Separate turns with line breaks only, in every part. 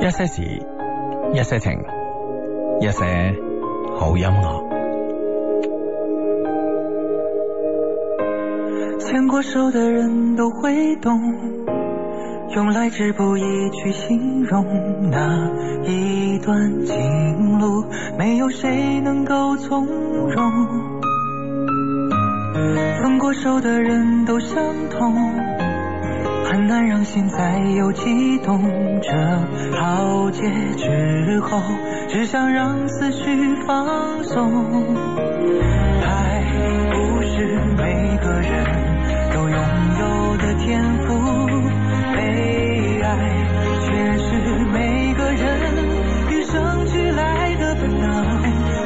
一些事，一些情，一些好音樂。
牽過手的人都會懂，用來之不易去形容那一段情路，沒有誰能夠從容。分過手的人都相同，很難讓心再有悸動。這浩劫之後，只想讓思緒放鬆。愛不是每個人都擁有的天賦，被愛卻是每個人與生俱來的本能。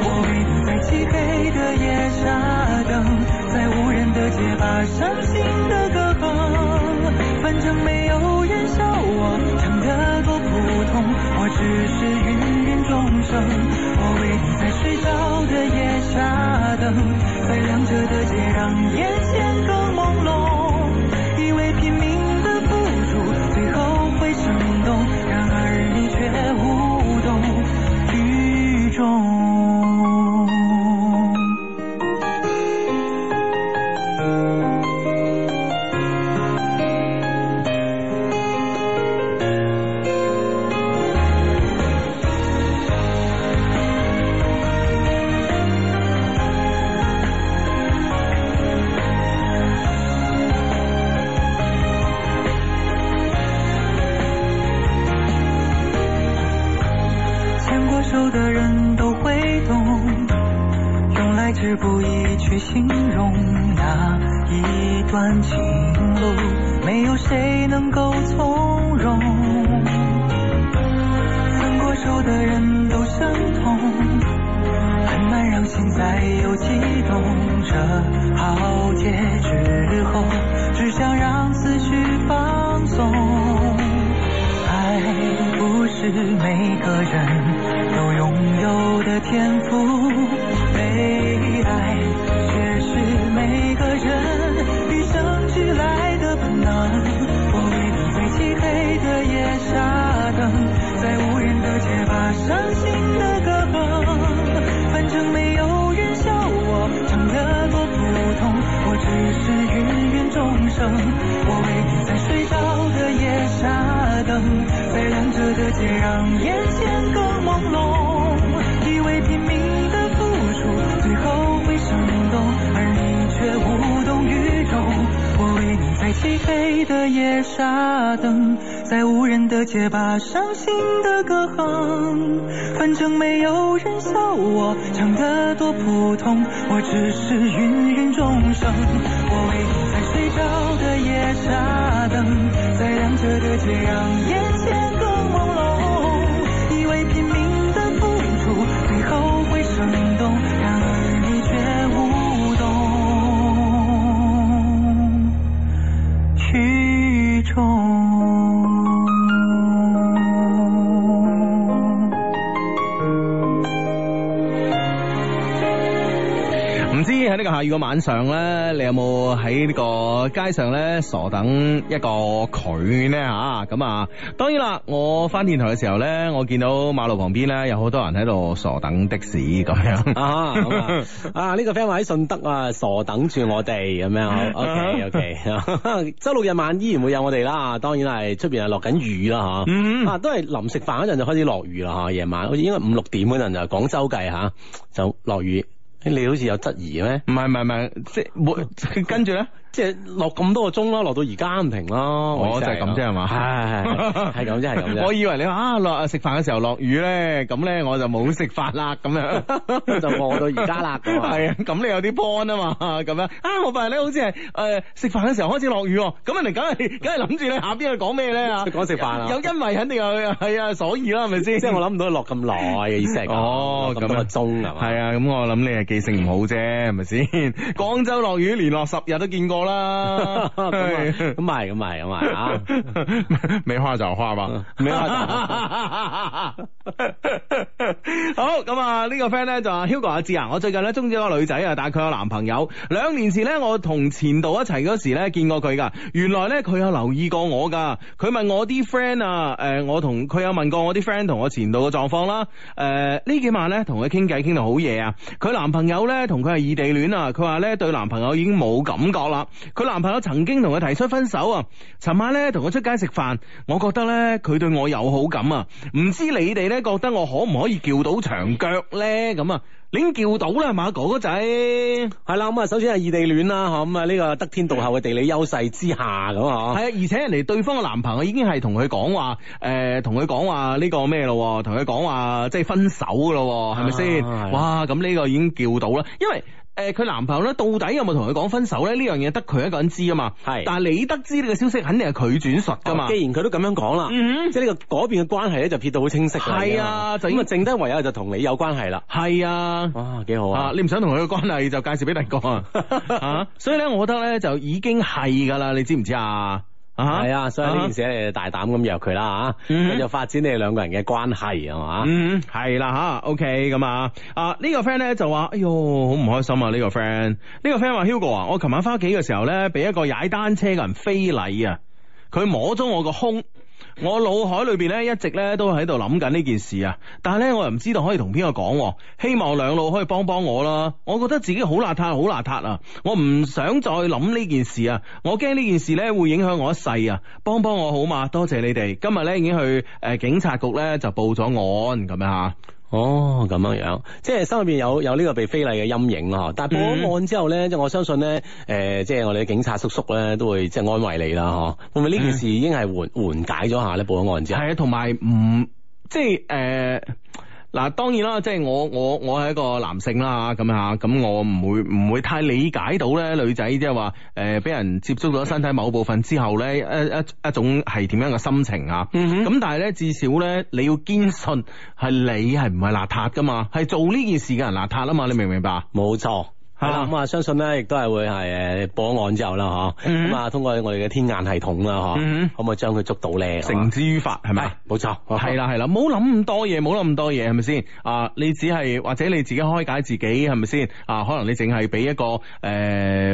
我會在漆黑的夜傻等，在無人的街把傷心的歌哼，反正沒有人笑我唱得多普通，我只是芸芸眾生。我為你在睡着的夜傻等，在亮着的街讓眼前更朦朧，以為拼命的付出最後會生動，然而你卻無動於衷。牽過手的人都會懂，用來之不易去形容那一段情路，沒有誰能夠從容。分過手的人都相同，很難讓心再有悸動。這浩劫之後，只想讓思緒放鬆。愛不是每個人都擁有的天賦，被愛卻是每個人與生俱來的本能。我為你在漆黑的夜傻等，在無人的街把傷心的歌哼，反正沒有人笑我唱得多普通，我只是芸芸眾生。我為你在睡着的夜傻等。在亮着的街，讓眼前更朦朧。以為拼命的付出，最後會生動，而你卻無動於衷。我為你在漆黑的夜傻等，在無人的街把傷心的歌哼。反正沒有人笑我唱得多普通，我只是芸芸眾生。我為你在睡着的夜傻等，在亮着的街，讓眼前更朦朧，以為拼命的付出，最後會生動，然而你卻無動於衷。
唔知喺呢個下雨嘅晚上咧，你有冇喺呢個街上咧傻等一個佢呢？吓？咁啊，當然啦，我翻電台嘅時候咧，我見到馬路旁邊咧有好多人喺度傻等的士咁 樣。
啊咁啊啊！呢、個 friend 話喺順德啊，傻等住我哋咁樣。OK OK，周 六日晚依然會有我哋啦。啊當然係出邊係落緊雨啦嚇。
嗯
啊，都係臨食飯嗰陣就開始落雨啦嚇，夜晚好似應該五六點嗰陣就廣州計嚇就落雨。你好似有質疑咩？
唔係唔係唔係，即係每跟住咧，
即係落咁多個鐘咯，落到而家唔停咯。
我
意
哦就
思
係咁啫係嘛
係係係咁啫，係咁啫。
我以為你話啊落食飯嘅時候落雨咧，咁咧我就冇食飯啦咁樣。
就餓到而家啦 咁啊
係啊，咁你有啲 point 啊嘛，咁樣啊，我發現咧好似係誒食飯嘅時候開始落雨喎，咁人哋梗係 梗係諗住你下邊係講咩咧啊？
講食飯啊
有因為肯定有係啊，所以啦，係咪先？
即係我諗唔到佢落咁耐嘅意思係咁
哦，
落咁多個鐘係嘛？，
啊係啊，咁我諗你係記性唔好啫，係咪先？廣州落雨連落十日都見過過啦
咁啊係咁係咁係咁 係啊！
没话找话吧，
沒話找
话。好咁啊，呢個 friend 咧就話 Hugo 阿志啊，我最近咧中意咗個女仔啊，但係佢有男朋友。兩年前咧，我同前度一齊嗰時咧見過佢噶，原來咧佢有留意過我噶。佢問我啲 friend 啊，誒、我同佢有問過我啲 friend 同我前度嘅狀況啦。誒、呢幾晚咧同佢傾偈傾到好夜啊，佢男朋友咧同佢係異地戀啊，佢話咧對男朋友已經冇感覺啦。佢男朋友曾經同佢提出分手啊，尋晚咧同佢出街食飯，我覺得咧佢對我有好感啊，唔知你哋咧覺得我可唔可以叫到長腳咧？咁啊，你已經叫到啦係嘛，哥哥仔，係
係啦，咁啊，首先係異地戀啦，嚇咁啊，呢個得天獨厚嘅地理優勢之下咁
啊，
啊，
而且人哋對方嘅男朋友已經係同佢講話，誒同佢講話呢個咩咯喎，同佢講話即係分手噶咯喎，係咪
啊係
先？哇，咁呢個已經叫到啦，因為。誒佢男朋友咧，到底有冇同佢講分手咧？呢樣嘢得佢一個人知啊嘛。
係哦
但係你得知呢個消息，肯定係佢轉述噶嘛。
既然佢都咁樣講啦，
嗯
即係呢個嗰邊嘅關係咧就撇到好清晰啦。
係啊就已
咁啊，剩低唯有就同你有關係啦。
係啊。
哇，幾好
啊
啊！！
你唔想同佢嘅關係就介紹俾第二個 啊啊！所以咧，我覺得咧就已經係㗎啦，你知唔知啊？啊，
係啊，所以呢件
事，
事咧，你就大膽咁約佢啦嚇，
嗯
咁就發展你哋兩個人嘅關係係嘛？
嗯，係啦吓 o k 咁啊，啊呢個 friend 咧就話，哎呦，好唔開心啊！呢個 friend，呢個 friend 話 Hugo 啊，我琴晚翻屋企嘅時候咧，俾一個踩單車嘅人非禮啊，佢摸咗我個胸。我腦海裏邊咧一直咧都喺度諗緊呢件事啊，但係咧我又唔知道可以同邊個講喎，希望兩老可以幫幫我啦。我覺得自己好邋遢，好邋遢啊！我唔想再諗呢件事啊，我驚呢件事咧會影響我一世啊！幫幫我好嘛，多謝你哋。今日咧已經去誒、呃警察局咧就報咗案咁樣啊嚇。
哦，咁樣樣，即係心入邊有有呢個被非禮嘅陰影咯。但係報咗案之後咧，即係我相信咧，誒、即係我哋嘅警察叔叔咧都會即係安慰你啦，嗬。會唔會呢件事已經係緩緩解咗下咧？報咗案之後，
係啊，同埋唔即係誒。嗱，當然啦，即係我我我係一個男性啦，咁嚇，咁我唔會唔會太理解到咧女仔即係話誒俾人接觸咗身體某部分之後咧，一一一種係點樣嘅心情啊？咁、
嗯哼
但係咧，至少咧你要堅信係你係唔係邋遢噶嘛，係做呢件事嘅人邋遢啊嘛，你明唔明白？
冇錯。係
係啦
啦，咁啊，相信咧，亦都係會係誒報咗案之後啦，嗬。
嗯
咁啊，通過我哋嘅天眼系統啦，
嗯
嗬，可唔可以將佢捉到咧？
繩之於法係咪？啊
係冇錯，
係啦係啦，冇諗咁多嘢，冇諗咁多嘢，係咪先？啊，你只係或者你自己開解自己，係咪先？啊，可能你淨係俾一個誒，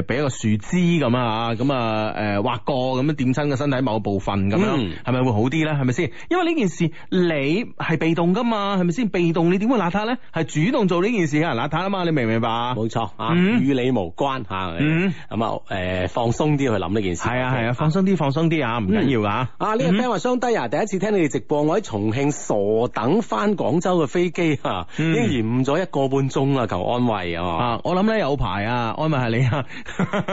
俾、一個樹枝咁啊，咁啊誒劃過咁樣掂親個身體某部分咁樣
嗯，
係咪、會好啲咧？係咪先？因為呢件事你係被動噶嘛，係咪先？被動你點會邋遢咧？係主動做呢件事嘅人邋遢啊嘛，你明唔明白啊？
冇錯啊，
嗯
與你無關嚇。
嗯
咁啊，誒放鬆啲去諗呢件事。
係啊係啊，嗯放鬆啲，放鬆啲啊，唔緊要噶嚇。
啊！呢、個 friend 話雙低啊，第一次聽你哋直播，我喺重慶傻等翻廣州嘅飛機啊，
嗯
已經延誤咗一個半鐘啦，求安慰啊！
啊，我諗咧有排啊，安慰下你 啊，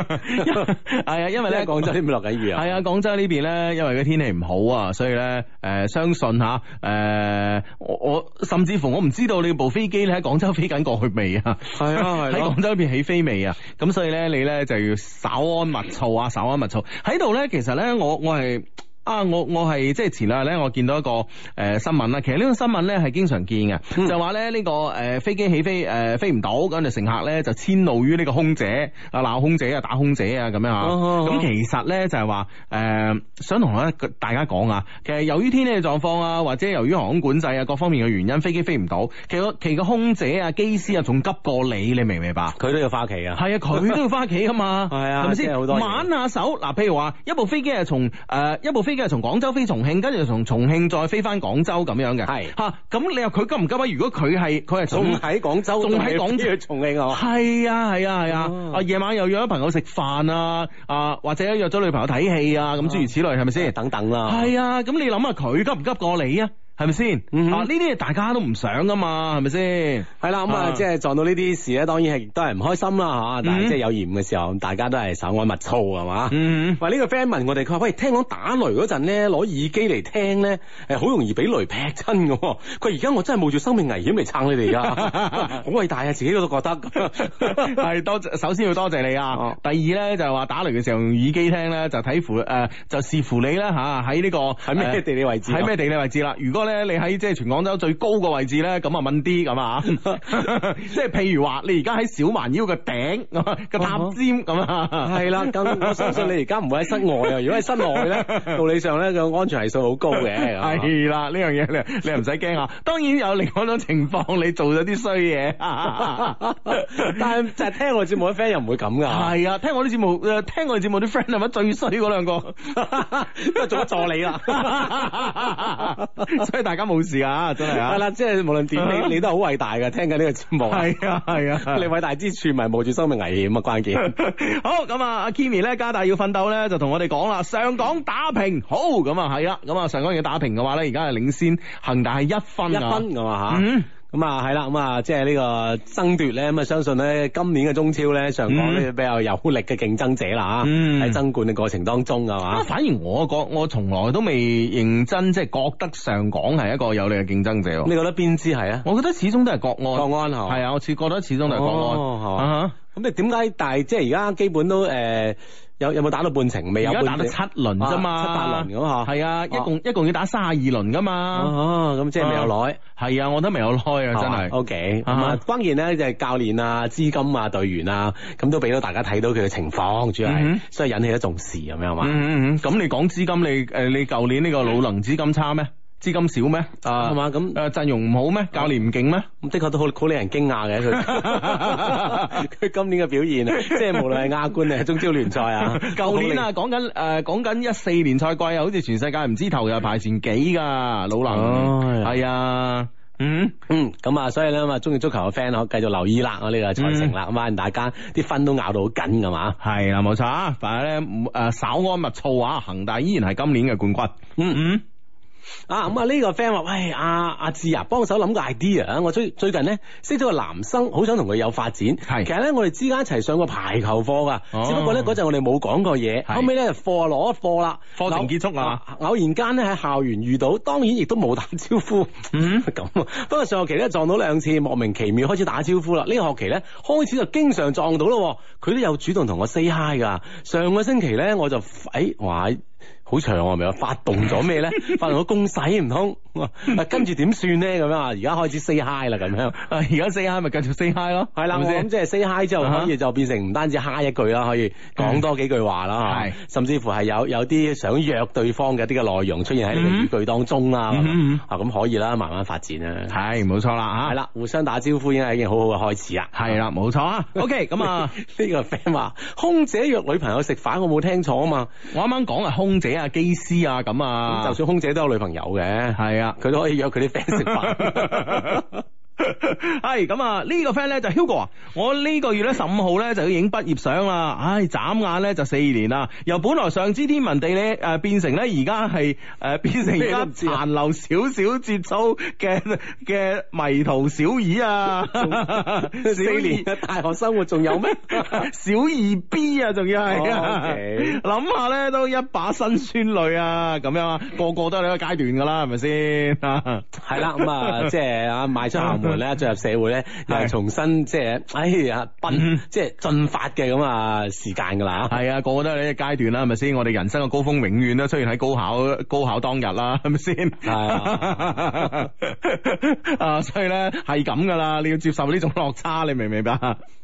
係啊，因為咧
廣州呢邊落緊雨啊，
係啊，廣州呢邊咧，因為個天氣唔好啊，所以咧，誒、相信吓，誒、我我甚至乎我唔知道你部飛機咧喺廣州飛緊過去未啊？
係啊係啊
喺廣州呢邊起飛未啊？咁所以咧，你咧就要稍安勿躁啊，稍安勿躁。喺度咧，其實咧，我我係。啊！我我係即係前兩日咧，我見到一個誒、新聞啦。其實呢個新聞咧係經常見嘅，
嗯
就話咧呢個誒、飛機起飛誒、飛唔到，咁就乘客咧就遷怒於呢個空姐啊，鬧空姐啊，打空姐啊咁樣啊。
哦哦哦
咁其其實咧就係話誒，想同大家講啊，其實由於天氣嘅狀況啊，或者由於航空管制啊各方面嘅原因，飛機飛唔到，其實其實個空姐啊、機師啊仲急過你，你明唔明白？
佢都要返屋企啊，
係啊，佢都要翻屋企噶嘛，
係啊
係咪
即
先？
係好多嘢
挽下手嗱，譬如話一部飛機係從誒一部飛機啊係從廣州飛重慶，跟住從重慶再飛翻廣州咁樣嘅，
係
嚇咁你話佢急唔急啊？如果佢係佢係從
仲喺廣州，
仲喺廣
州，重慶啊！
係啊係啊係啊
哦！
啊夜晚又約咗朋友食飯啊，啊或者約咗女朋友睇戲啊，咁諸如此類係咪
即係
先？
等等啦，哦
係啊，咁你諗下佢急唔急過你啊？係咪先？
嗯哼
啊呢啲嘢大家都唔想噶嘛，係咪先？
係啦，咁
啊
啊，即係撞到呢啲事咧，當然係亦都係唔開心啦嚇，但
嗯
係即係有延誤嘅時候，大家都係稍安勿躁係嘛。
嗯。
喂，呢個 friend 問我哋，佢話：喂，聽講打雷嗰陣咧，攞耳機嚟聽咧，誒，好容易俾雷劈親嘅喎。 佢話而家我真係冒住生命危險嚟撐你哋 㗎，好偉大啊！自己都覺得。
系多謝首先要多謝你啊
哦！
第二咧就係話打雷嘅時候用耳機呃聽咧，就睇乎誒、就視乎你啦吓，喺呢、個呃
喺咩地理位置啊
喺咩地理位置啦。如果該咧，你喺即係全廣州最高個位置咧，咁啊問啲咁 啊，即係譬如話你而家喺小蠻腰嘅頂啊個塔尖咁啊，
哦係啦，咁我相信你而家唔會喺室外啊，如果喺室內咧，道理上咧個安全係數好高嘅。咁啊
係啦，呢樣嘢你你又唔使驚啊。當然有另外一種情況，你做咗啲衰嘢。
但係就係聽我節目啲 friend 又唔會 咁噶，
係啊，聽我啲節目，誒，聽我哋節目啲 friend 係咪最衰嗰兩個？
都係做咗助理啊啦。
所以大家冇事啊，真係啊
係。啦，即係無論點，你你都係好偉大嘅，聽緊呢個節目啊。
係啊，係啊，
你偉大之處咪冒住生命危險啊，關鍵。
好咁啊，阿 Kimi 咧加大要奮鬥咧，就同我哋講啦，上港打平，好咁啊，係啦，咁啊上港要打平嘅話咧，而家係領先恒大係一分
一
啊，
分咁啊吓。
嗯
咁啊，係啦，咁啊，即係呢個爭奪咧，咁啊，相信咧，今年嘅中超咧，上港呢
嗯
比較有力嘅競爭者啦嚇，
嗯
喺爭冠嘅過程當中啊嘛
啊，，反而我覺我從來都未認真即係覺得上港係一個有利嘅競爭者
你
喎，
覺得邊支係啊？
我覺得始終都係國安，
國安係嘛
係啊，我似覺得始終都係國
哦係
安，
嘛
啊哈
咁你點解？但係即係而家基本都誒、呃有有冇打到半程？未有
而
半
家打到七輪啫嘛，
啊七八輪咁嚇
係啊，一共一共要打三十二輪噶嘛，
哦，咁即係未有耐。
係啊，我都未有開
Ờ,
啊，真係。
O K，咁
啊哈
啊，關鍵咧就係教練啊、資金啊、隊員啊，咁都俾到大家睇到佢嘅情況，主要
嗯哼
係所以引起咗重視咁樣
Ừ,
係嘛，
嗯嗯嗯，咁你講資金，你誒你舊年呢個魯能資金差咩？資金少咩？啊
係嘛咁
誒陣容唔好咩？教練唔勁咩？
咁的確都好好令人驚訝嘅 佢， 佢今年嘅表現啊，即係無論係亞冠定係中超聯 賽啊，
舊年啊，講緊誒講緊一四年賽季啊，好似全世界唔知頭又係排前幾㗎，魯能
哎
係啊，嗯
嗯，咁啊，所以咧咁啊，中意足球嘅 friend 可繼續留意啦，我呢個賽
嗯
程啦，咁啊，大家啲分都咬到好緊㗎嘛，
係啦，冇錯啊，但係咧唔誒稍安勿躁啊，恒大依然係今年嘅冠軍。
嗯
嗯
啊，咁啊呢個 friend 話，喂，阿阿志啊，幫手諗個 idea 啊，我最最近咧識咗個男生，好想同佢有發展，
係
其實咧我哋之間一齊上過排球課噶，
哦
只不過咧嗰陣我哋冇講過嘢，
係
後尾咧課攞課啦，
課程結束啊
偶，偶然間咧喺校園遇到，當然亦都冇打招呼。
嗯，
咁啊，不過上學期咧撞到兩次，莫名其妙開始打招呼啦。呢、個學期咧開始就經常撞到咯，佢都有主動同我 say hi 噶。上個星期咧我就誒、哎哇好長喎，係咪啊？發動咗咩咧？發動咗攻勢唔通？啊跟住點算咧？咁樣啊，而家開始 say hi 啦，咁樣。
啊而家 say hi 咪繼續 say hi 咯，
係啦，
係咪
我
先
諗即係 say hi 之後，
啊哈
可以就變成唔單止 hi 一句啦，可以講多幾句話啦，
嗯係
甚至乎係有有啲想約對方嘅啲嘅內容出現喺呢個語句當中啦，
嗯嗯嗯
啊咁可以啦，慢慢發展啦。
係冇錯啦嚇。啊
系啦，互相打招呼已經係一件好好嘅開始啦。
係啦，冇錯啊。OK，咁啊。
呢個 friend 話空姐約女朋友食飯，我冇聽錯啊嘛。
我啱啱講啊，空姐啊、機師啊咁
咁
啊，
就算空姐都有女朋友嘅，
係啊。
佢都可以約佢啲 friend 食飯。
係咁啊！呢個 friend 咧就 Hugo 啊，我呢個月咧十五號咧就要影畢業相啦，唉，眨眼咧就四年啦，由本來上知天文地理誒變成咧而家係誒變成而
咩
家
都唔知
殘
啊
留少少節操嘅嘅迷途小耳 啊，
四年嘅大學生活仲有咩？
小二 B 啊，仲要係
哦
啊
，OK，
諗下咧都一把辛酸淚啊，咁樣啊，個個都係呢個階段噶啦，係咪先？
係啦，咁啊，即係啊，邁出校門咧，進入社會咧，又係重新即係，哎呀，
嗯
奔即係進發嘅咁啊時間㗎啦。
係啊，個個都係呢個階段啦，係咪先？我哋人生嘅高峰永遠都出現喺高考高考當日啦， 係咪先？
係啊
啊，所以咧係咁噶啦，你要接受呢種落差，你明唔明白？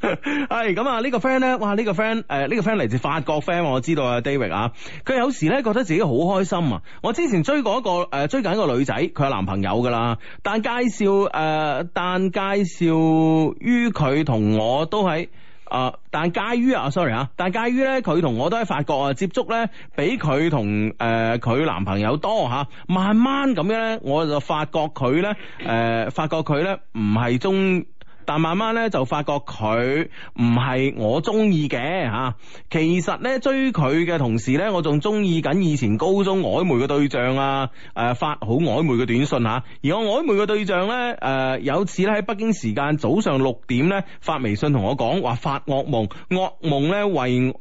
係咁啊，呢個 friend 咧，哇，呢個 friend 誒，呢個 friend 嚟自法國 friend，我知道啊，David 啊，佢有時咧覺得自己好開心啊。我之前追過一個誒，追緊一個女仔，佢有男朋友噶啦，但介紹誒，但介紹於佢同我都喺。啊！但介於啊，sorry 啊，但介於咧，佢同我都喺法國啊，接觸咧比佢同誒佢男朋友多吓、慢慢咁樣咧，我就發覺佢咧誒，發覺佢咧唔係中。但慢慢咧就發覺佢唔係我中意嘅嚇，其實咧追佢嘅同時咧，我仲中意緊以前高中曖昧嘅對象啊，誒、發好曖昧嘅短信嚇、啊而我曖昧嘅對象咧，誒、有次咧喺北京時間早上六點咧發微信同我講話發惡夢，惡夢咧為誒、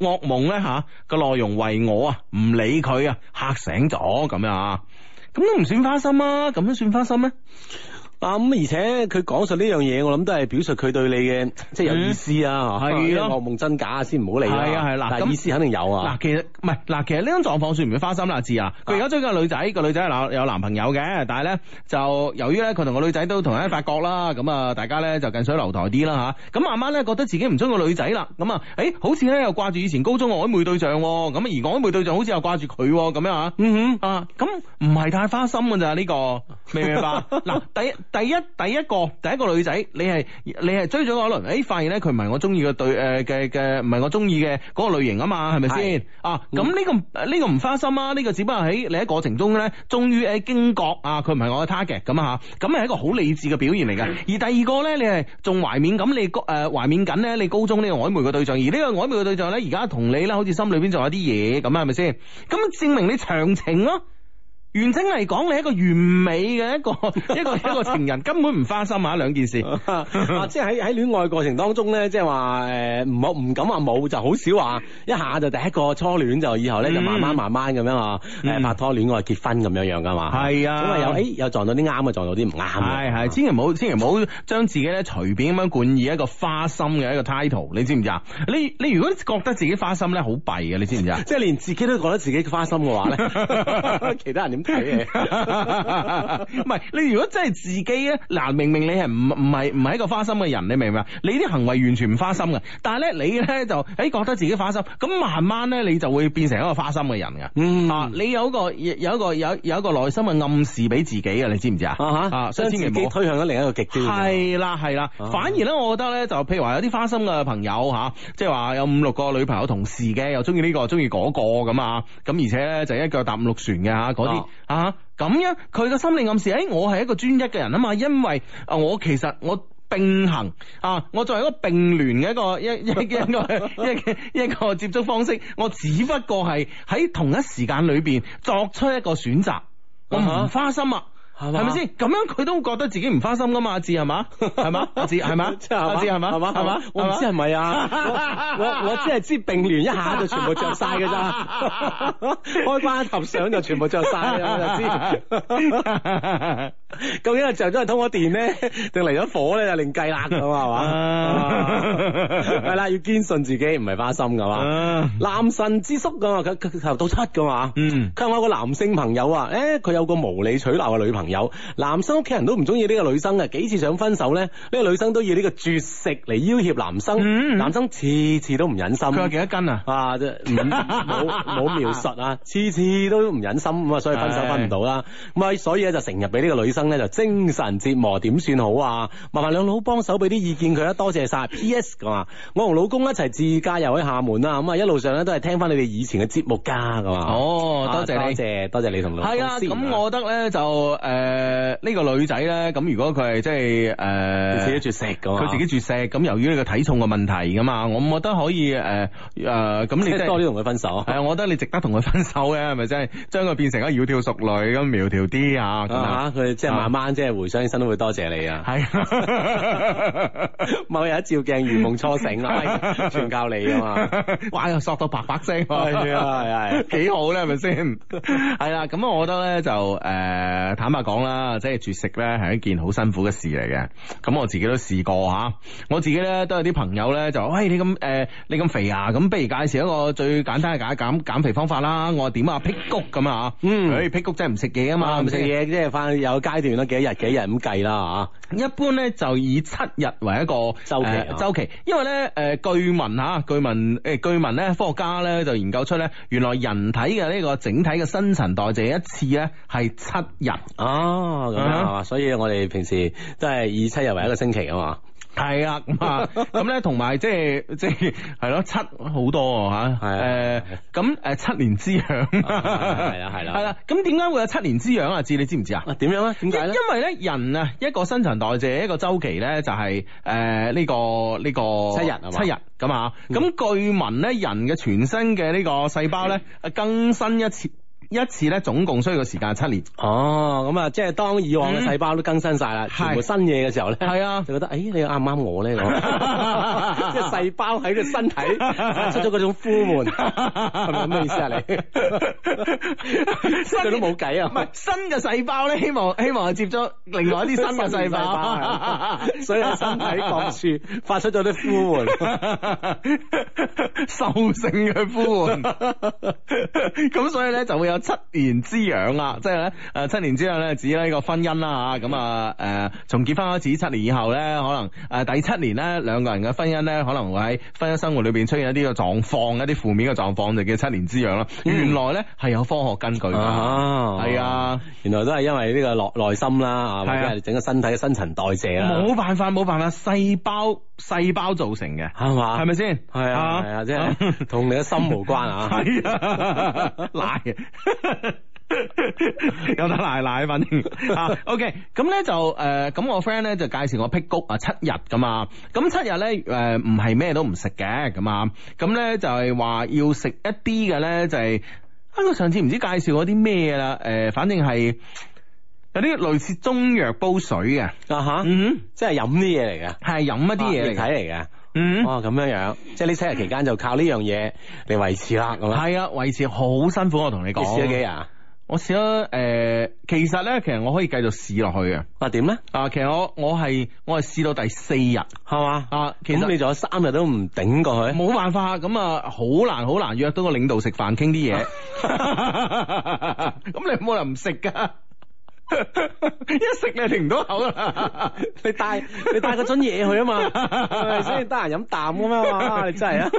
惡夢咧嚇個內容為我啊唔理佢啊嚇醒咗咁樣啊，咁都唔算花心啊，咁樣算花心咩？
啊咁，而且佢講述呢樣嘢，我諗都係表述佢對你嘅即係有意思
嗯
啊，嚇
係咯
因為惡夢真假啊先唔好理
係啊係啦
但
咁
係意思肯定有
嗱
啊，，
其實唔係嗱，其實呢種狀況算唔算花心啦？志啊，佢而家追緊個女仔，個女仔係有有男朋友嘅，但係咧就由於咧佢同個女仔都同喺法國啦，咁啊大家咧就近水樓台啲啦吓，咁慢慢咧覺得自己唔中意個女仔啦，咁啊誒好似咧又掛住以前高中嘅曖昧對象喎，咁啊而曖昧對象好似又掛住佢喎咁樣啊。
嗯
啊，咁唔係太花心㗎咋呢個，明唔明 白？啊嗱，第一第一第一個第一個女仔，你係你係追咗我一輪，誒發現咧佢唔係我中意嘅對誒嘅嘅，唔係我中意嘅嗰個類型啊嘛，係咪先
係？
啊，咁呢、個呢、個唔花心啊，呢、個只不過喺你喺過程中咧，終於誒驚覺啊，佢唔係我嘅 target 咁啊嚇，咁係一個好理智嘅表現嚟嘅。而第二個咧，你係仲懷緬咁，你高誒、呃懷緬緊咧，你高中呢個曖昧嘅對象，而呢個曖昧嘅對象咧，而家同你咧，好似心裏邊仲有啲嘢咁啊，係咪先？咁證明你長情咯、完整嚟講，你係一個完美嘅一個 一個一個情人，根本唔花心啊！兩件事，
啊，即係喺喺戀愛過程當中咧，即係話誒唔好唔敢話冇，就好少話一下就第一個初戀就以後咧就
嗯
慢慢慢慢咁樣啊，
嗯
誒拍拖戀愛結婚咁樣樣噶嘛，
係啊
咁啊有誒有撞到啲啱嘅，撞到啲唔啱啊
係
嘅，
係，千祈唔好，千祈唔好將自己咧隨便咁樣冠以一個花心嘅一個 title，你知唔知啊？你你如果覺得自己花心咧，好弊嘅，你知唔知啊？
即係連自己都覺得自己花心嘅話咧， 其他人點睇嘅？
唔係，你如果真係自己咧，嗱，明明你係唔唔係唔係一個花心嘅人，你明唔明啊？你啲行為完全唔花心嘅，但係咧你咧就誒覺得自己花心，咁慢慢咧你就會變成一個花心嘅人嘅。
嗯
啊，你有一個有一個有有一個內心嘅暗示俾自己嘅，你知唔知啊？
啊
啊
嚇，
所以
將自
千祈唔
己
好
推向咗另一個極端。
係啦係啦，
啊
反而咧，我覺得咧，就譬如話有啲花心嘅朋友吓、即係話有五六個女朋友同事嘅，又中意呢個中意嗰個咁啊，咁而且咧就一腳踏五六船嘅吓，嗰啲啊咁樣，佢嘅心理暗示，誒、哎我係一個專一嘅人啊嘛，因為啊我其實我。並行啊！我作為一個並聯嘅一個一一一個一個一個接觸方式，我只不過係喺同一時間裏邊作出一個選擇，我
啊
唔
哈
花心啊！
係嘛
係咪先？咁樣佢都覺得自己唔花心噶嘛？阿志係嘛？係 嘛？阿志係嘛？
即係
阿志係嘛？
係嘛？
係嘛？
我唔知係咪啊！我我我 只係知並聯一下就全部着晒嘅咋，開關一合上就全部着 晒啦，我就知。究竟係着咗係通咗電咧，定嚟咗火咧，就另計啦，咁啊
啊
嘛？係啦，要堅信自己唔係花心噶嘛。
啊
男神之叔噶嘛，佢佢佢頭到七噶嘛。
嗯
佢話我有個男性朋友啊，誒、佢有個無理取鬧嘅女朋友，男生屋企人都唔中意呢個女生嘅，幾次想分手咧，呢、個女生都以呢個絕食嚟要挾男生，
嗯
男生次次都唔忍心
佢。有幾多斤啊？
啊！即係唔 冇冇描述啊，次次都唔忍心咁啊，所以分手分唔到啦。咁啊，所以咧就成日俾呢個女生咧就精神折磨，點算好啊？麻煩兩老幫手俾啲意見佢啦，多謝晒。P.S. 咁啊，我同老公一齊自駕遊喺廈門啦，咁啊一路上咧都係聽翻你哋以前嘅節目㗎，咁啊。
哦，多謝
啊
你。
多謝多謝你同老
係啊，咁我覺得咧就誒呢、個女仔咧，咁如果佢係即係誒。呃
自己絕食噶嘛，
佢自己絕食，咁由於呢個體重嘅問題噶嘛，我覺得可以誒誒，呃咁、你
即
即
係
係
多啲同佢分手。
係啊，我覺得你值得同佢分手嘅，係咪真係將佢變成一個窈窕淑女咁苗條啲啊？咁啊，
啊！佢即係慢慢即係回想起身都會多謝你啊！
係啊
某日一照鏡如夢初 醒啦，全靠你啊嘛！
哇！又索到白白聲，
係啊係啊係啊
幾好咧，係咪先？係啦，咁我覺得咧就誒、呃坦白講啦，即係絕食咧係一件好辛苦嘅事嚟嘅。咁我自己都試過吓，我自己咧都有啲朋友咧就話喂你咁誒、呃你咁肥啊，咁不如介紹一個最簡單嘅減減減肥方法啦。我話點啊，辟谷咁啊，
嗯
誒辟谷真係唔食嘢啊
咁
嘛，
啊，
係
唔
咪
食
先
嘢即係翻有階段啦，幾日幾日咁計啦啊
一般咧就以七日為一個
周期啊
呃周期，因為咧誒、呃、據聞嚇，據聞誒、呃、據聞咧科學家咧就研究出咧，原來人體嘅呢個整體嘅新陳代謝一次咧係七日，
嚇。哦，咁樣
啊
係嘛，所以我哋平時都係以七日為一個星期 啊嘛。
係啦咁啊， 咁咧同埋即係即係係咯七好多嚇，
係啊
誒咁誒七年之癢，係
啦係啊啦
係啦，咁點解會有七年之癢啊？志你知唔知啊？
啊，點樣咧？點解咧？
因為咧，人啊，一個新陳代謝一個周期咧，就係誒呢個呢個
七日係嘛嗯
七日咁
嗯
啊。咁據聞咧，人嘅全身嘅呢個細胞咧，更新一次一次咧總共需要嘅時間係七年。
哦，咁啊，即係當以往嘅細胞都更新晒啦，
嗯係
全部新嘢嘅時候咧，
係 啊
就覺得誒哎你啱唔啱我咧 咁，即係細胞喺個身體 發出咗嗰種呼喚，係咪咁嘅意思啊？ 你
新
佢都冇計啊
唔，係新嘅細胞咧，希望希望係接咗另外一啲新 嘅細胞，
啊所以喺身體各處發出咗啲呼 喚。
獸性嘅呼喚， 咁所以咧就會有七年之癢啦，即係咧誒七年之癢咧指呢個婚姻啦嚇，咁啊誒從結婚開始七年以後咧，可能誒、呃第七年咧兩個人嘅婚姻咧可能會喺婚姻生活裏邊出現一啲嘅狀況，一啲負面嘅狀況就叫七年之癢啦。原來咧係有科學根據㗎，
啊
係啊。
原來都係因為呢個內內心啦，啊或
係啊
者係整個身體嘅新陳代謝啦，
冇辦法，冇辦法，細胞細胞造成嘅，
係嘛？
係咪先？
係啊係啊，即 係同你嘅心無關 啊。
係啊，奶 有得奶奶，反正啊，OK，咁咧就誒，呃咁、我 friend 咧就介紹我辟谷啊七日噶嘛，咁七日咧誒唔係咩都唔食嘅咁啊，咁咧就係話要食一啲嘅咧就係、啊我上次唔知介紹嗰啲咩啦，誒、反正係有啲類似中藥煲水嘅，
啊吓，
嗯
即係飲啲嘢嚟嘅，
哼，係飲一啲
啊
嘢
液
嚟
體
嘅，
嚟嘅。
嗯。
哦，咁樣樣，即係呢七日期間就靠呢樣嘢嚟維持啦，咁啊。
系啊，維持好辛苦，我同你
你
講。
試咗幾日啊？
我試咗诶，其實咧，其實我可以繼續試落去嘅。
啊點咧？
啊，其實我我係我係試到第四日
係嘛？
啊，其
咁你
實
仲有三日都唔頂過去，
冇辦法，咁啊好難好難約到個領導食飯傾啲嘢。咁你冇人唔食噶， 一食你就停唔到口啦。
你帶你帶嗰樽嘢去啊嘛，係咪先？得閒飲啖咁啊嘛，你真係啊！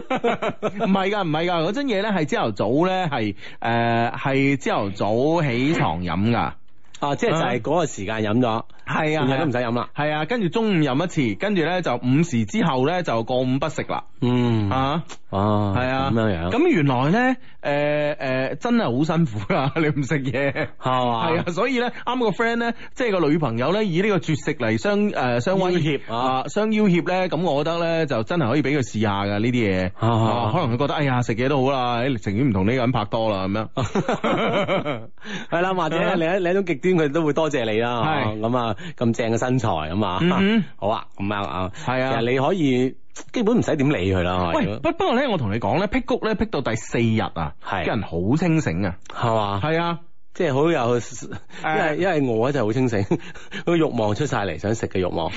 唔係㗎，唔係㗎，嗰樽嘢咧係朝頭早咧係诶係朝頭早起床飲㗎。
啊，即係就係嗰個時間飲咗，
係啊，係
全日
啊
都唔使飲啦。
系啊，跟住中午飲一次，跟住咧就午時之後咧就過午不食啦。
嗯，
啊，
哦，
係啊，
咁樣樣，
咁原來咧，诶、诶、真係好辛苦啊！ 你唔食嘢，
係嘛？
係啊，所以咧，啱個 friend 咧，即係個女朋友咧，以呢個絕食嚟相诶、相威
要挾啊，
相要挟咧，咁我覺得咧就真係可以俾佢試下噶呢啲嘢。
啊
可能佢覺得，哎呀，食嘢都好啦，誒情願唔同呢個人拍拖啦咁樣。
係啊啦，或者你喺你一種極端，佢都會多謝你啦。
係
咁啊，咁正嘅身材咁
嗯
啊
哼，
好啊，咁樣啊，
係啊
其實你可以基本唔使點理佢啦。
喂
如，果
不不過咧，我同你講咧，辟谷咧辟到第四日啊，
係
啲人好清醒啊，
係嘛，
係啊。
即係好有，因為因為我就好清醒， 個欲望出晒嚟，想食嘅欲 望。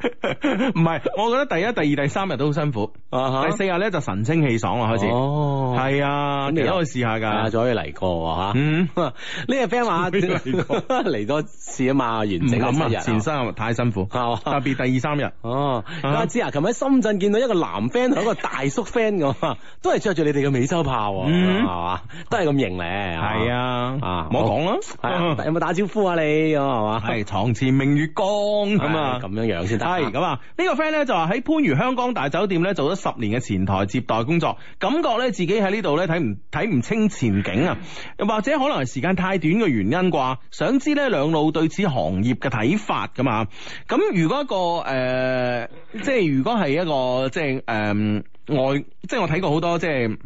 唔係，我覺得第一、第二、第三日都好辛苦，
啊
第四日咧就神清氣爽啊啦開始。
哦，
係啊，
咁
你都
你又
可以試下
啊，
㗎。
仲可以嚟過喎嚇。
嗯，
呢個 friend 話
仲可以嚟過
嚟多次啊嘛，完
唔
整嘅七
諗
日
啊，前三日太辛苦，
係嘛
特別第二三日。
哦，
啊
阿志啊，琴日喺深圳見到一個男 friend 同一個大叔 friend 咁啊，都係着住你哋嘅美洲豹喎，
嗯
係嘛，都係咁型咧，
係，啊，
啊
唔好講
係啊，
啦。
有冇打招呼啊你咁係嘛，
係床前明月光咁啊
係。咁樣樣先得，
係咁啊！呢個 friend 咧就話喺番禺香港大酒店咧做咗十年嘅前台接待工作，感覺咧自己喺呢度咧睇唔睇唔清前景啊，又或者可能係時間太短嘅原因啩？想知咧兩老對此行業嘅睇法噶嘛？咁如果一個誒、呃即係如果係一個即係誒、呃外，即係我睇過好多即係。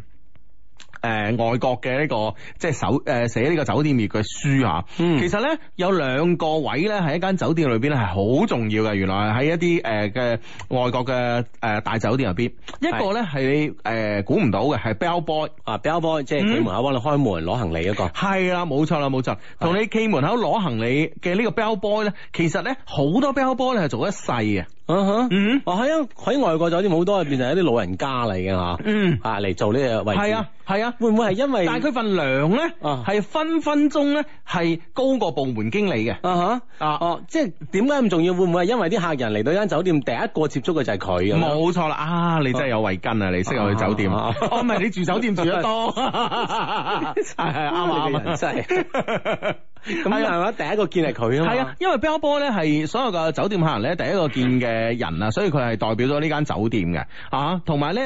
誒、外國嘅呢、個即係手誒寫呢個酒店業嘅書啊，
嗯
其實咧有兩個位咧喺一間酒店裏邊咧係好重要嘅，原來喺一啲誒嘅外國嘅誒、呃大酒店入邊，一個咧係誒估唔到嘅係 bell boy。
啊 bell boy 即係
嗯
佢門口幫你開門攞行李嗰個，
係啦，冇錯啦，冇錯。同你企門口攞行李嘅呢個 bell boy 咧，其實咧好多 bell boy 咧係做一世嘅。
嗯哼
嗯
哦喺啊喺外國酒店好多入邊係一啲老人家嚟嘅嚇，
嗯，
啊嚟做呢個位置，
係啊，係啊。
會唔會係因為
但係佢份糧咧，
啊
係分分鐘咧係高過部門經理嘅。
啊哈？
啊
哦，即係點解咁重要？會唔會係因為啲客人嚟到間酒店，第一個接觸嘅就係佢咁樣？
冇錯啦，啊，你真係有圍巾啊！你識去酒店，
啊
哦， 唔係你住酒店住得多，係係啱啊啱啊，
你個人真係咁係咪第一個見係佢啊嘛？
啊係 啊，，因為乒乓波咧係所有嘅酒店客人咧第一個見嘅人啊，所以佢係代表咗呢間酒店嘅啊。同埋咧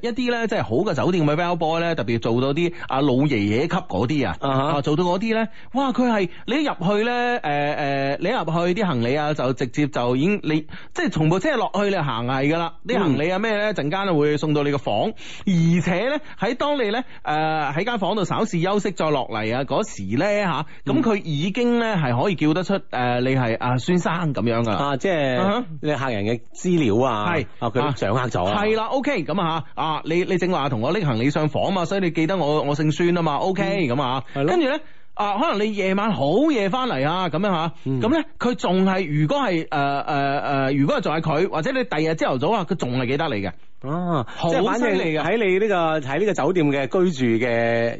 誒一啲咧即係好嘅酒店嘅乒乓波咧，特別做到啲啊老爺爺級嗰啲啊，
啊哈
啊做到嗰啲咧，哇！佢係你一入去咧誒誒，你一入去啲行李啊就直接就已經你即係從部車落去你就行係㗎啦，啲行李啊咩咧陣間會送到你個房，而且咧喺當你咧誒喺間房度稍事休息再落嚟啊嗰時咧嚇，咁佢已經咧係可以叫得出誒、呃你係阿孫生咁樣噶啦。
啊，即
啊哈
係你客人嘅資料啊，
係
啊，
啊
佢掌握咗啊，
係啦，OK，咁啊吓啊，你你正話同我拎行李上房啊嘛，所以你記得我我姓孫啊嘛，OK，咁啊，
嗯係咯
跟住咧。啊，可能你夜晚好夜翻嚟啊，咁樣吓，
嗯
咁咧佢仲係如果係誒誒誒，如果係仲係佢，或者你第二日朝頭早啊，佢仲係記得你嘅，
啊，
好
即係反正
犀利㗎
喺你呢個喺呢個酒店嘅居住嘅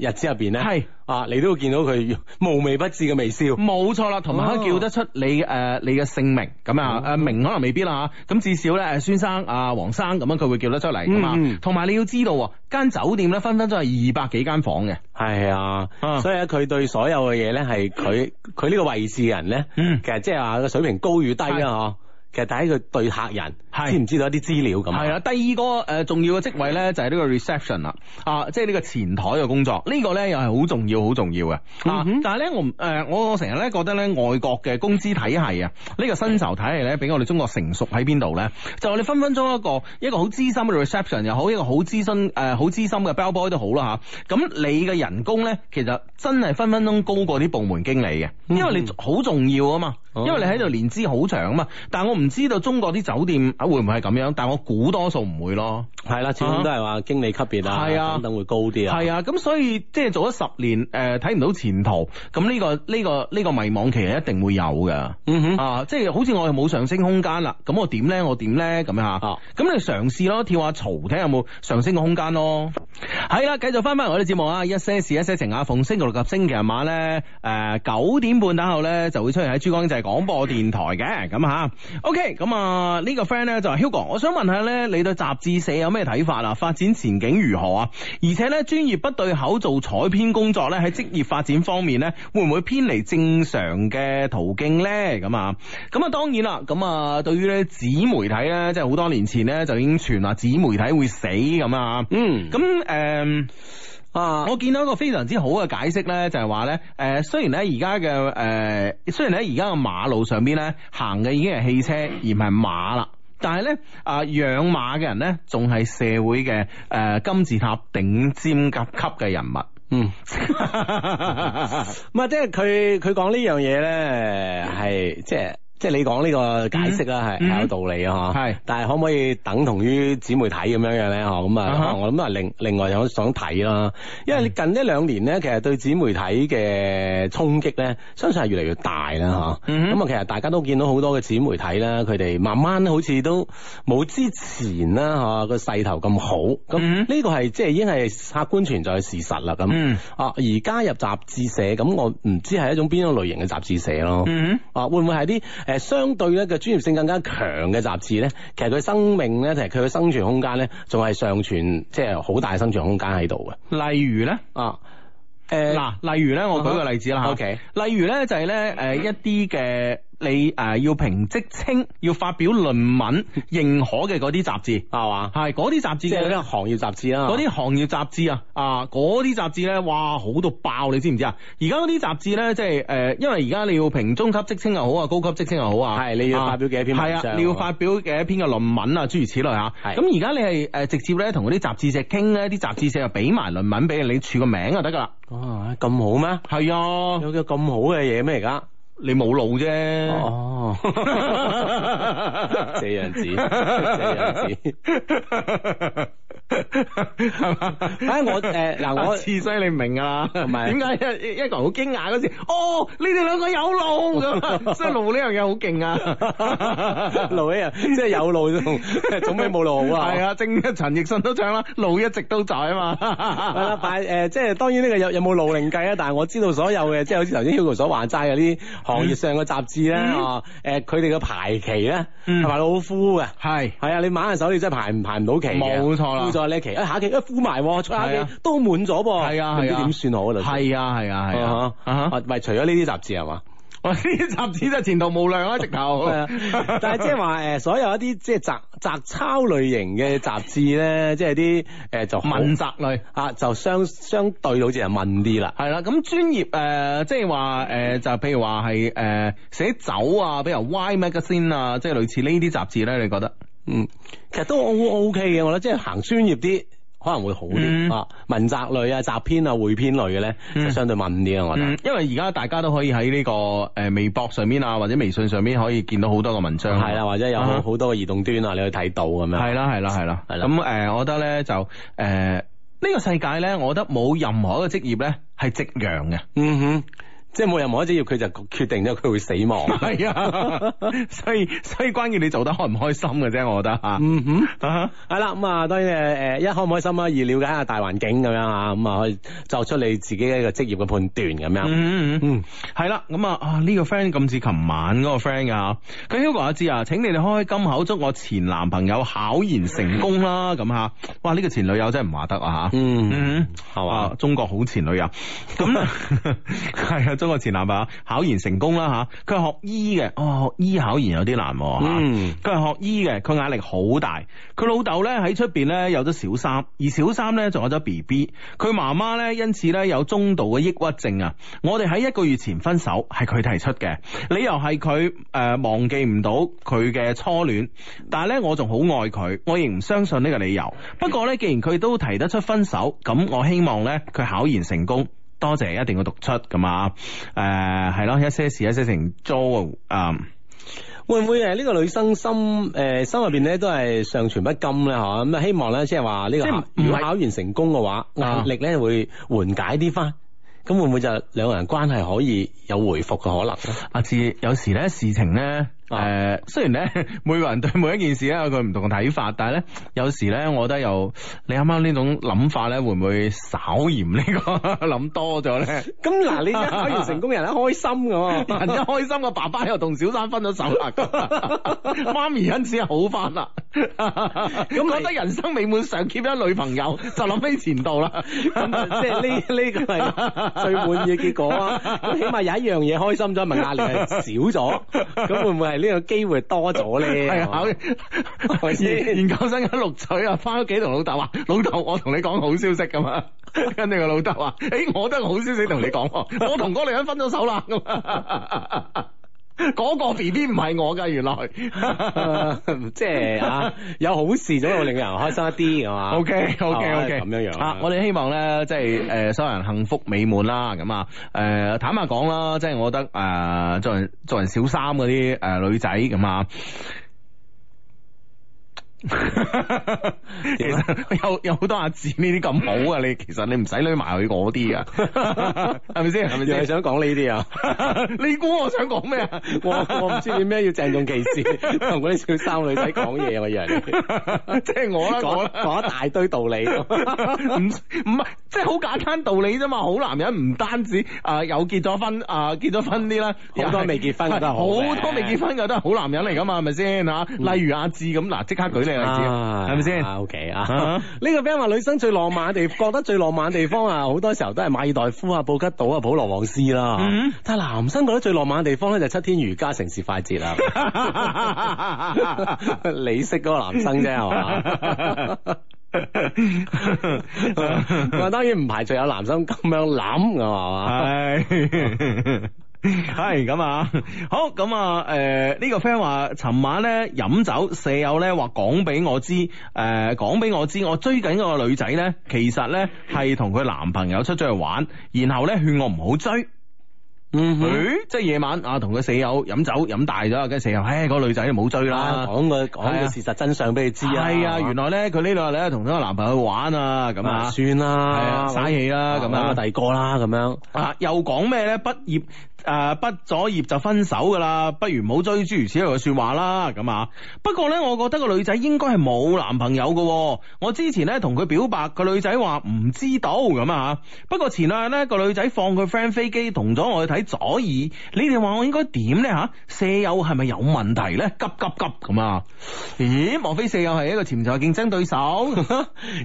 日子入邊咧，
係
啊，你都會見到佢無微不至嘅微笑。
冇錯啦，同埋
哦
可以叫得出你誒、呃你嘅姓名咁啊，誒、名可能未必啦嚇，咁至少咧誒孫生啊、黃生咁樣佢會叫得出嚟噶嘛
嗯嗯。
同埋、你要知道喎，間酒店咧分分鐘係二百幾間房嘅，
係啊
啊，
所以咧佢對所有嘅嘢咧係佢佢呢個位置嘅人咧，
嗯
其實即係話個水平高與低啦
係
嗬。其實睇佢對客人
係
知唔知道一啲資料咁。嗯
係啊，第二個誒、呃重要嘅職位咧就係、呢個 reception 啦，啊，即係呢個前台嘅工作，呢、個咧又係好重要、好重要嘅。啊
嗯，哼
但係咧我唔誒、呃我成日咧覺得咧外國嘅工資體系啊，呢、個薪酬體系咧比我哋中國成熟喺邊度咧？就我哋分分鐘一個一個好資深嘅 reception 又好，一個好資深誒好資深嘅 bellboy 都好啦嚇。咁、你嘅人工咧，其實真係分分鐘高過啲部門經理嘅，因為你
嗯
好重要啊嘛，因
哦
為你喺度年資好長啊嘛。但我唔知道中國啲酒店啊會唔會係咁樣，但我估多數唔會咯。
係啦，始
啊
終都係話經理級別啊，
係啊
等等會高啲啊。
係啊，咁所以即係做咗十年，誒睇唔到前途，咁呢、個呢、個呢、個迷惘期係一定會有㗎。
嗯哼，
啊，即係好似我係冇上升空間啦，咁我點咧？我點咧？咁樣吓，
啊
咁你嘗試咯，跳下槽睇下有冇上升嘅空間咯。係啦，繼續翻翻我哋節目啊，一些事一些情啊，逢星期六及星期日晚咧，誒、九點半打後咧就會出現喺珠江經濟廣播電台嘅，咁吓。OK，咁啊呢個 friend 咧就話 Hugo，我想問下咧你對雜誌社有咩睇法啊？發展前景如何啊？而且咧專業不對口做採編工作咧喺職業發展方面咧會唔會偏離正常嘅途徑咧？咁啊，咁啊當然啦，咁啊對於咧紙媒體咧，即係好多年前咧就已經傳話紙媒體會死咁啊。
嗯，
咁誒、
啊，
我見到一個非常之好嘅解釋咧，就係話咧，誒、雖然咧而家嘅誒，雖然咧而家嘅馬路上邊咧行嘅已經係汽車而唔係馬啦。但係咧，啊養馬嘅人咧，仲係社會嘅誒、呃金字塔頂尖級級嘅人物。
嗯。 唔係，即係佢佢講呢樣嘢咧，係即係即係你講呢個解釋啦，係
嗯
係有道理啊，嗬。
係
但係可唔可以等同於紙媒體咁樣樣咧？嗬，咁啊，
啊
可
哈嗯
能我諗啊，另另外有想睇啦，因為你近一兩年咧，其實對紙媒體嘅衝擊咧，相信係越嚟越大啦，嗬。
嗯哼
咁啊，其實大家都見到好多嘅紙媒體啦，佢哋慢慢好似都冇之前啦，嚇個勢頭咁好。咁
嗯
呢個係即係已經係客觀存在嘅事實啦，咁。
嗯
啊，而加入雜誌社，咁我唔知係一種邊種類型嘅雜誌社咯。
嗯
啊，會唔會係啲誒相對咧嘅專業性更加強嘅雜誌咧？其實佢生命咧，其實佢嘅生存空間咧，仲係尚存，即係好大生存空間喺度嘅。
哼，例如咧。
啊，誒、
嗱，例如咧，我舉個例子啦
啊
嚇。
哈，OK
例如咧就係咧誒一啲嘅你誒要評職稱、要發表論文、認可嘅嗰啲雜誌，
係嘛，
係嗰啲雜誌
即係啊
嘅
呢個行業雜誌啦。
嗰啲行業雜誌啊，啊嗰啲雜誌咧，哇好到爆，你知唔知啊？而家嗰啲雜誌咧，即係誒、呃因為而家你要評中級職稱又好啊，高級職稱又好啊，
係你要
啊
發表幾多篇文
係啊
章，
你要發表幾多篇嘅論文啊，諸如此類嚇。
係
咁而家你係呃誒直接咧同嗰啲雜誌社傾咧，啲雜誌社就俾埋論文俾你，你署個名就得㗎啦。
哇咁好咩？
係啊，
有個咁好嘅嘢咩？而家
你冇腦啫。
哦， 這樣 子，這 樣子。
係嘛？
反正我誒嗱我
次衰你唔明㗎啦，
唔係
點解一一個人好驚訝嗰時，哦，你哋兩個有路 咁，所以路呢樣嘢好勁啊！
路一樣，即係有路仲 總比冇路好啊！
係啊，正陳奕迅都唱啦，路一直都在啊
係啦，
嘛。
但係呃誒，即係當然呢個有有冇路另計啊。但係我知道所有嘅，即係好似頭先 Hugo 所話齋嘅啊啲行業上嘅雜誌咧，
嗯
啊誒，佢哋嘅排期咧
嗯
係排到好枯嘅。
係
係啊，你買下手你真係排唔排唔到期嘅
冇錯啦
枯咗咧，期，啊下一期啊呼埋喎，再下
係
一
啊
期都滿咗噃，
係啊
哦唔知
係啊
點算好啊？到時
係啊係啊係
啊
啊
哈
啊哈！
啊咪除咗呢啲雜誌係嘛？
哇！呢啲雜誌真係前途無量啊，直頭。
係啊，但係即係話誒，所有一啲即係摘摘抄類型嘅雜誌咧，即係啲誒就好
文摘類。
啊，就相相對好似係問啲啦。
係啦，咁專業誒、呃即係話誒，就譬如話係誒寫酒啊，比如 Y Magazine 啊，即係類似呢啲雜誌咧，你覺得？
嗯，其實都 O O K 嘅，我覺得即係行專業啲可能會好啲、
嗯
啊，文摘類啊、雜篇啊、匯篇類嘅咧，
嗯
就相對問啲啊，我覺得。
嗯，因為而家大家都可以喺呢、個誒、呃微博上面啊，或者微信上面可以見到好多個文章。
係啦，或者有
啊
好好多嘅移動端啊，你去睇到咁樣。
係啦，係啦，係啦，
係啦
咁誒、呃我覺得咧就誒。呃呢個世界咧，我覺得冇任何一個職業咧係夕陽 嘅，
嗯哼，即係冇任何一職業，佢就決定咗佢會死亡。
係 啊，所以所以關鍵你做得開唔開心嘅啫，我覺得嚇。
嗯哼。
啊
係啦，咁啊，當然誒誒，一開唔開心啦，二了解下大環境咁樣啊，咁啊，可以作出你自己一個職業嘅判斷咁
嗯
樣。
嗯嗯
嗯，
係啦，咁啊啊呢個 friend 咁似琴晚嗰個 friend 噶，佢 Hugo 阿志啊，請你哋開金口祝我前男朋友考研成功啦，咁吓，哇呢、個前女友真係唔話得啊吓，
嗯，
嗯。
係
啊
嘛，，
中國好前女友，咁係啊，中 國前男朋友考研成功啦吓，佢係學醫嘅，哦學醫考研有啲難喎吓。
嗯，
佢係學醫嘅，佢壓力好大。佢老豆咧喺出邊咧有咗小三，而小三咧仲有咗 B B。佢媽媽咧因此咧有中度嘅抑鬱症啊。我哋喺一個月前分手，係佢提出嘅，理由係佢誒忘記唔到佢嘅初戀，但係咧我仲好愛佢，我亦唔相信呢個理由。不過咧，既然佢都提得出分手，咁我希望咧佢考研成功。多謝，一定要讀出咁啊！誒係咯，一些事，一些情，租啊、嗯
會唔會誒呢個女生心誒心入邊咧都係尚存不甘咧？嗬，咁啊，希望咧即係話呢
即係唔
個如果
係
考完成功嘅話，
啊
壓力咧會緩解啲翻，咁會唔會就兩個人關係可以有回復嘅可能咧？
阿志啊有時咧事情咧，誒、
啊
雖然咧每個人對每一件事咧有佢唔同嘅睇法，但係咧有時咧，我覺得又你啱啱呢種諗法咧，會唔會稍嫌呢、個 諗多咗 咧？
咁嗱，你而家考完成功人咧開心嘅
人一開心，個爸爸又同小三分咗手啦， 媽咪因此好翻啦。 咁覺得人生美滿，常結咗女朋友，就諗起前度啦。
咁啊即係呢呢個係最滿意嘅結 果啊！咁起碼有一樣嘢開心咗，咪壓力係少咗，咁會唔會係呢個機會多咗咧？
係啊，
係
考
咪先
研研究生一錄取啊，翻屋企同老豆話： 老豆，我同你講好消息咁啊！ 跟住個老豆話：誒，我都有個好消息同你講 喎，我同嗰個女人分咗手啦咁 啊。嗰個 B B 唔係我㗎，原來。 嗯
啊即係啊，有好事總會令人開心一啲，係嘛
O K O K O K
啊哦咁樣樣嗯
啊！我哋希望咧，即係誒，所有人幸福美滿啦。咁啊，誒，坦白講啦，即係我覺得呃誒，做人做人小三嗰啲誒女仔咁啊。 其
啊
實有有好多阿志呢啲咁好啊！你其實你唔使攆埋去嗰啲 啊，係咪先？係咪
又係
先？
想講呢啲啊！
你估我想講咩啊？
我我唔知點解要鄭重其事 同嗰啲小三女仔講嘢，啊我以為你
即係 我啦，我
講
啦。
講一大堆道理。
唔唔係，即係好簡單道理啫嘛。好男人唔單止啊、有結咗婚啊、結咗婚啲啦，
好多未結婚嘅都係好嘅
好多未結婚嘅都係好男人嚟噶嘛，係咪先嚇？例如阿志咁，嗱即刻舉你例子，
啊
係咪先？
啊？OK 啊，
啊
呢個 friend 話女生最浪漫嘅地，覺得最浪漫嘅地方啊，好多時候都係馬爾代夫啊、布吉島啊、普羅旺斯啦。
嗯
但係男生覺得最浪漫嘅地方咧，就係七天瑜伽、城市快捷 啊。你識嗰個男生啫，係 嘛？我當然唔排除有男生咁樣諗㗎嘛。
係。係咁啊，好咁啊，誒、呢、個 friend 話，尋晚咧飲酒，舍友咧話講俾我知，誒講俾我知，我追緊嗰個女仔咧，其實咧係同佢男朋友出咗去玩，然後咧勸我唔好追。
嗯
誒、即係夜晚啊，同佢舍友飲酒飲大咗，跟住舍友，唉、嗰個女仔唔好追啦
啦，。講個講
係啊
個事實真相俾你知啊。
係啊，原來
來
咧佢呢兩日咧同咗個男朋友去玩啊，咁啊，
算
係啊
啦，
嘥氣啦，咁
咁啊，
啊
第。二個啦，咁樣。
啊，又講咩咧？畢業誒畢咗業就分手噶啦，不如唔好追諸如此類嘅説話啦咁啊。不過咧，我覺得個女仔應該係冇男朋友嘅喎。我之前咧同佢表白，個女仔話唔知道咁啊。不過前兩日咧個女仔放佢 friend 飛機，同咗我去睇左耳。你哋話我應該點咧嚇？舍友係咪有問題咧？急急急咁啊！咦？莫非舍友係一個潛在競爭對手？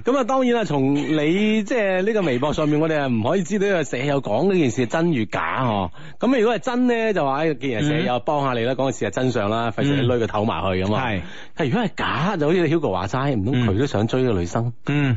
咁啊，當然啦，從你即係呢個微博上面，我哋係唔可以知道呢個舍友講呢件事係真與假嗬。咁如果係真咧，就話誒，哎既然係舍友幫下你啦，講個事係真相啦，費事你攏佢唞埋去咁啊。
係
但如果嗯係假，就好似你 Hugo 話齋，唔通佢都想追個女 生？
嗯，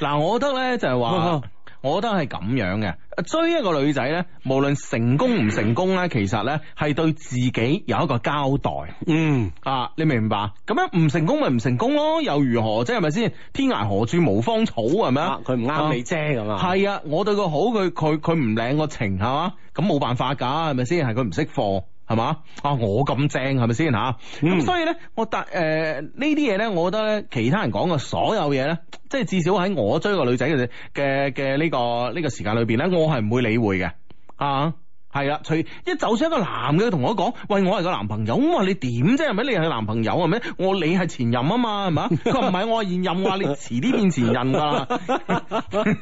嗱，我覺得咧就係
啊
話，我覺得係咁樣嘅，追一個女仔咧，無論成功唔成功咧，其實咧係對自己有一個交代
嗯，
啊！你明唔明白？咁樣唔成功咪唔成功咯，又如何啫？係咪先？天涯何處無芳草係咪
啊
啊？
佢唔啱你啫咁啊。
係啊，我對佢好，佢佢佢唔領我情係嘛，咁冇辦法㗎，係咪先？係佢唔識貨。係嘛？啊，我咁正係咪先吓？咁、
嗯
所以咧，我特誒呢啲嘢咧，我覺得咧，其他人講嘅所有嘢咧，即係至少喺我追個女仔嘅嘅嘅呢個呢、個時間裏邊咧，我係唔會理會嘅啊。係啦，除一就算一個男嘅同我講，喂，我係個男朋友，我話你點啫？係咪你係男朋友係咪？我你係前任啊嘛，係嘛？佢話唔係，我係現任，我話你遲啲變前任㗎啦，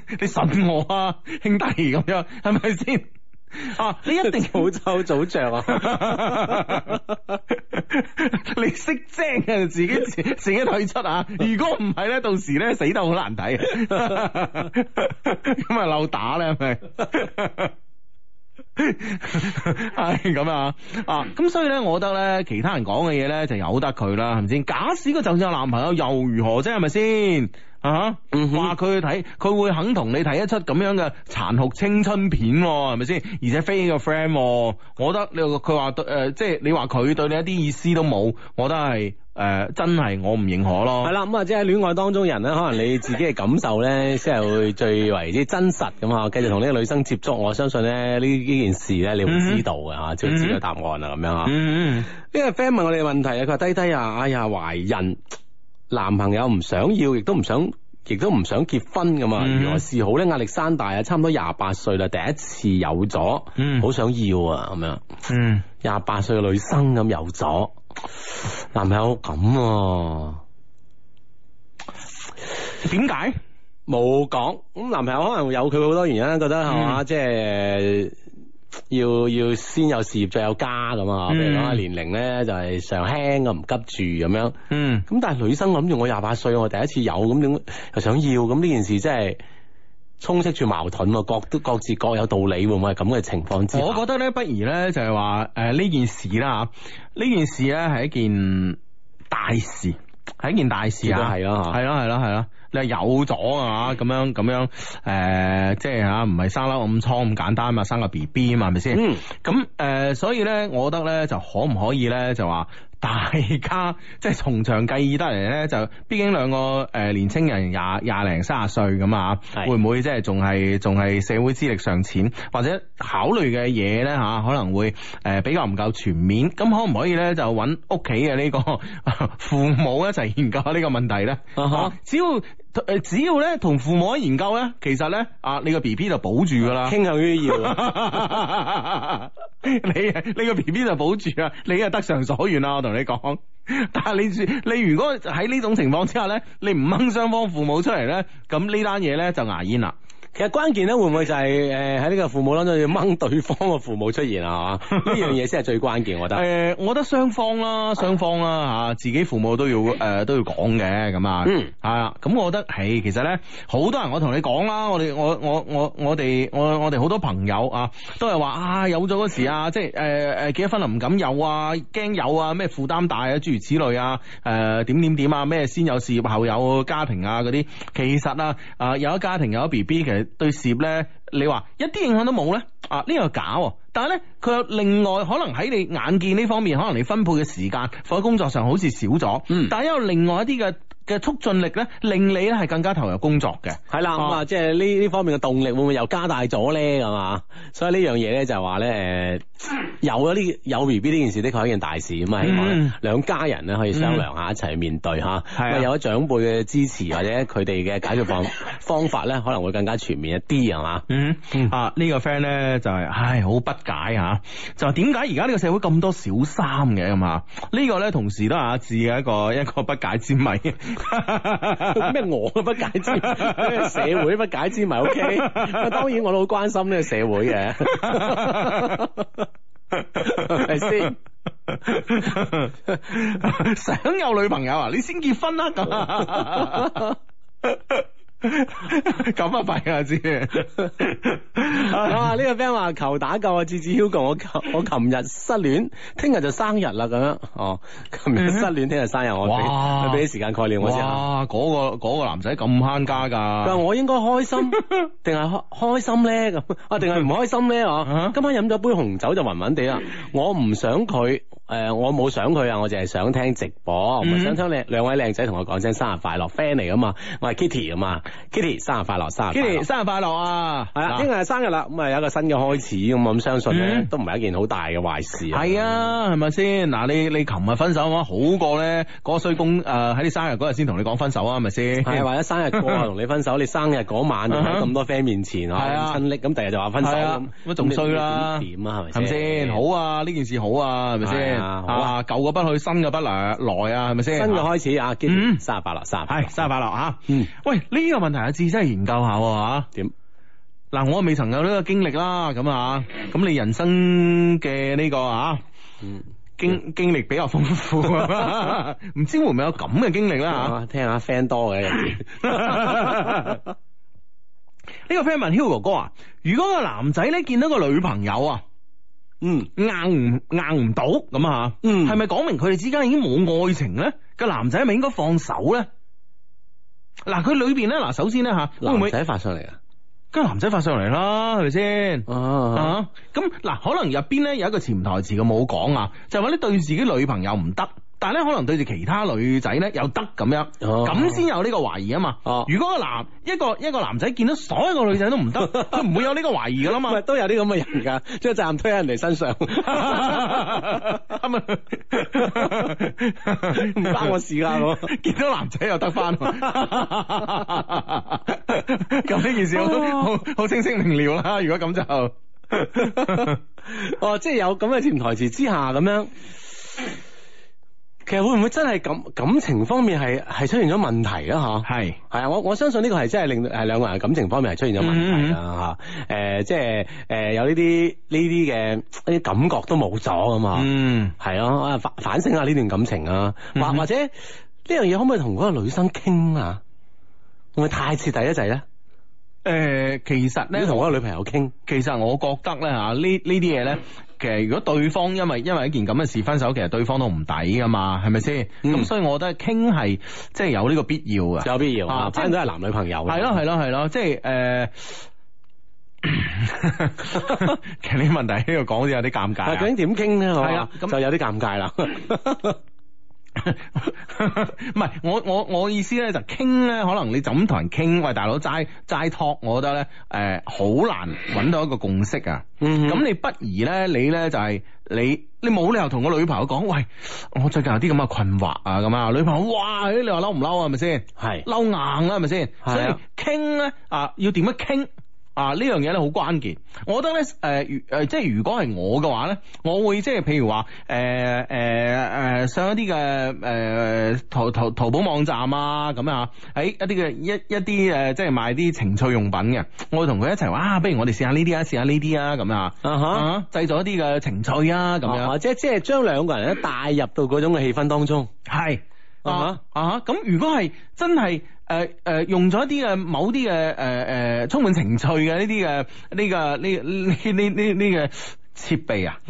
你信我啊，兄弟咁樣係咪先？啊，你一定
好走早着啊！
你識精嘅，自己自自己退出啊！如果唔係咧，到時咧死得好難睇，啊 咁啊漏打咧，係咪？ 係咁啊，啊咁所以咧，我覺得咧，其他人講嘅嘢咧就由得佢啦，係咪先？假使佢就算有男朋友又如何啫？係咪先？啊哈
嗯哼
話佢睇，佢會肯同你睇一出咁樣嘅殘酷青春片喎，係咪先？而且飛個 friend，喎我覺得你佢話對誒，即係你話佢對你一啲意思都冇，我覺得係誒、呃真係我唔認可咯。
係啦，咁啊，即係喺戀愛當中人咧，可能你自己嘅感 受咧，先係會最為之真實咁啊。繼續同呢個女生接觸，我相信咧呢呢件事咧，你會知道嘅吓，就會知道答案啦咁樣啊。
嗯嗯，嗯
呢個 friend 問我哋問題啊，佢話低低啊，哎呀懷孕，男朋友唔想要，亦都唔想，亦都唔想結婚咁啊，
嗯
如何是好咧？壓力山大啊，差唔多廿八歲啦，第一次有咗，
嗯
好想要啊咁樣，
嗯
廿八歲嘅女生咁有咗，男朋友咁啊。
點解？
冇講，咁男朋友可能有佢好多原因啦，覺得係
嗯
嘛，即係要要先有事業再有家咁啊。
嗯
譬如講年齡咧就係尚輕咁，唔急住咁樣。
嗯
咁但係女生諗住我廿八歲，我第一次有咁點又想要，咁呢件事真係充斥住矛盾喎，各都各自各有道理，會唔會係咁嘅情況之下？
我覺得咧，不如咧就係話誒呢件事啦嚇，呢件事咧係一件大事，係一件大事
絕對
啊，
係啦嚇
係啦係啦係啦，你係有咗啊咁樣咁樣誒、即係嚇唔係生粒暗瘡咁簡單嘛，生個 B B 啊嘛，係咪先？
嗯
咁誒、呃所以咧，我覺得咧就可唔可以咧就話。大家 即係從長計議得嚟咧，就畢竟兩個誒、呃年青人廿廿零卅歲咁啊，
係
會唔會即係仲係仲係社會資歷尚淺，或者考慮嘅嘢咧嚇可能會誒、呃比較唔夠全面，咁可唔可以咧就揾屋企嘅呢個 父母一齊研究下呢個問題咧？
啊哈
啊只要誒只要咧同父母一研究咧，其實咧啊你個 B B 就保住噶啦。
傾向於要
你啊你個 B B 就保住啊，你啊得償所願啦，我同你講。但係你你如果喺呢種情況之下咧，你唔掹雙方父母出嚟咧，咁呢單嘢咧就牙煙啦。
其實關鍵咧，會唔會就係誒喺呢個父母當中要掹對方嘅父母出現啊？係嘛呢樣嘢先係最關鍵，我覺
誒、
得。
我覺得雙方啦，雙方啦吓、自己父母都要誒、都要講嘅咁啊，
嗯
係啊，咁我覺得，誒，其實咧，好多人我同你講啦，我哋我我我我哋我我哋好多朋友啊，都係話啊有咗嗰時啊，即係誒誒結咗婚啦唔敢有啊，驚有啊，咩負擔大啊，諸如此類啊，誒、點點點啊，咩先有事業後有家庭啊嗰啲，其實啊啊、有咗家庭有咗 B B，其實對事業咧，你話一啲影響都冇咧，啊呢個假喎。但係咧，佢有另外可能喺你眼見呢方面，可能你分配嘅時間放喺工作上好似少咗，
嗯
但係有另外一啲嘅嘅促進力咧，令你咧係更加投入工作嘅。
係啦，咁
啊
啊，即係呢呢方面嘅動力會唔會又加大咗咧？咁啊，所以呢樣嘢咧就係話
嗯
咧，誒，有咗呢有 B B 呢件事，的確係一件大事咁啊，希望
嗯
咧兩家人咧可以商量下一齊面對吓，
係啊
咁啊有咗長輩嘅支持或者佢哋嘅解 決方方法咧，可能會更加全面一啲，係嘛？
嗯，啊呢、個 friend 咧就係、唉好不解吓、就話點解而家呢個社會咁多小三嘅咁啊？呢、個咧同時都係阿志嘅一個 一個不解之謎。
咩我都不解之謎咩社會不解之謎？O K，當啊然我都好關心呢個社會嘅，咪先？
想有女朋友啊？你先結婚啦咁啊！ 咁啊弊啊 知，
啊！呢、個 friend 話求打救啊！志志 Hugo，我 琴我琴日失戀，聽日就生日啦咁樣。哦，琴日失戀，聽日生日，我
哇
俾俾啲時間概念我先啊。
哇！嗰、個嗰、個男仔咁慳家
佢話
㗎，
我應該 開心定係開開心咧咁 啊？定係唔開心咧？
啊
哦，今晚飲咗杯紅酒就暈暈地啦。我唔想佢，誒、我冇想佢啊，我淨係想聽直播，唔係、
嗯
想聽兩兩位靚仔同我講聲生日快樂，friend 嚟噶嘛，我係 Kitty 啊嘛，Kitty 生日快樂，生日快樂
Kitty 生日快樂啊！
係
嗱
啦，聽日係生日啦，咁啊有一個新嘅開始，咁我咁相信咧
嗯，
都唔係一件好大嘅壞事。
系，啊，系咪先？嗱，你你琴日分手嘅啊話，好過咧嗰個衰公诶喺你生日嗰日先同你講分手啊，係咪先？
係或者生日過後同你分手，你生日嗰晚仲喺咁多 friend 面前
係啊
啊，咁親昵，咁第日就話分手
係啊
咁，
咁仲衰啦
你點啊？
係
係
咪
咪
先？
先？
好啊，呢件事好啊，係咪先？
係啊好啊，
舊嘅不去，新嘅不來來啊，係咪先？
新嘅開始啊，
嗯
跟住生日快樂，生日快樂
系生日快樂吓。
嗯，
啊喂，呢個問題阿志真係研究下喎吓。
點？
嗱，我未曾有呢個經歷啦，咁啊，咁你人生嘅呢個啊。
嗯，
經經歷比較豐 富，唔知會唔會有咁嘅經歷啦嚇。
啊，聽下 friend 多嘅 日子，
呢個 friend 問 Hugo 哥啊，如果個男仔咧見到個女朋友啊
嗯。
硬唔硬唔到咁啊，
嗯
係咪講明佢哋之間已經冇愛情咧？個男仔係咪應該放手咧？嗱，佢裏邊咧，嗱，首先咧吓，會唔
男
會
仔發上嚟啊？
跟男仔發上嚟啦？係咪先？
啊，
啊，咁嗱，可能入邊咧有一個潛台詞嘅冇講啊，就話咧對自己女朋友唔得。但係咧，可能對住其他女仔咧又得咁樣，
哦
咁先、有呢個懷疑啊嘛。
哦
如果個男一個一個男仔見到所有個女仔都 唔得，佢唔會有呢個懷疑噶啦嘛
咪。都有啲咁嘅人㗎，將責任推喺人哋身上，
啊咪
唔關我事㗎咁。
見到男仔又得翻， 咁呢件事好好好清晰明了啦。如果 咁就。
哦，即係有咁嘅潛台詞之下咁樣，其實會唔會真係感感情方面係係出現咗問題啦？吓，
係
係啊，我我相信呢個係真係令係兩個人感情方面係出現咗問
嗯
題啦吓，誒、即係誒、有呢啲呢啲嘅呢啲感覺都冇咗咁啊，
嗯，
係咯、啊，反反省下呢段感情啊，或、
嗯
或者呢樣嘢可唔可以同嗰個女生傾啊？會唔會太徹底一滯咧？
诶、其實
你
咧，
同嗰個女朋友傾，
其實我覺得咧吓，呢呢啲嘢咧，其實如果對方因為因為一件咁嘅事分手，其實對方都唔抵噶嘛，係咪先？咁、
嗯
所以我覺得傾係即係有呢個必要嘅。
有必要
啊
啊？
即係
反正都係男女朋友，啊
係咯係咯係咯，即係呃诶。誒 其實呢個問題喺度講好似有啲尷尬
但
啊
究竟點傾咧？係
係
啦
啦，咁
就有啲尷尬啦。
唔係，我我我意思咧就傾咧，可能你就咁同人傾，喂大佬齋齋托，我覺得咧誒好難揾到一個共識啊。
嗯
咁你不如咧，你咧就係你，你冇理由同個女朋友講，喂，我最近有啲咁嘅困惑啊，咁啊，女朋友，哇，咦你話嬲唔嬲啊？係咪先？
係
嬲硬啦，係咪先？
係啊
所以傾咧啊，要點樣傾？啊！呢樣嘢咧好關鍵，我覺得咧誒如誒，即係如果係我嘅話咧，我會即係譬如話誒誒誒上一啲嘅誒淘淘淘寶網站啊咁啊，喺一啲嘅一一啲誒即係賣啲情趣用品嘅，我會同佢一齊話啊，不如我哋試下呢啲啊，試下呢啲啊咁啊，
啊哈，
啊製造一啲嘅情趣啊咁樣
或。者哦即係將兩個人咧帶入到嗰種嘅氣氛當中。
系啊
啊
啊！咁如果係真係誒誒用咗一啲嘅某啲嘅誒誒充滿情趣嘅呢啲嘅呢個呢呢呢呢呢嘅設備啊，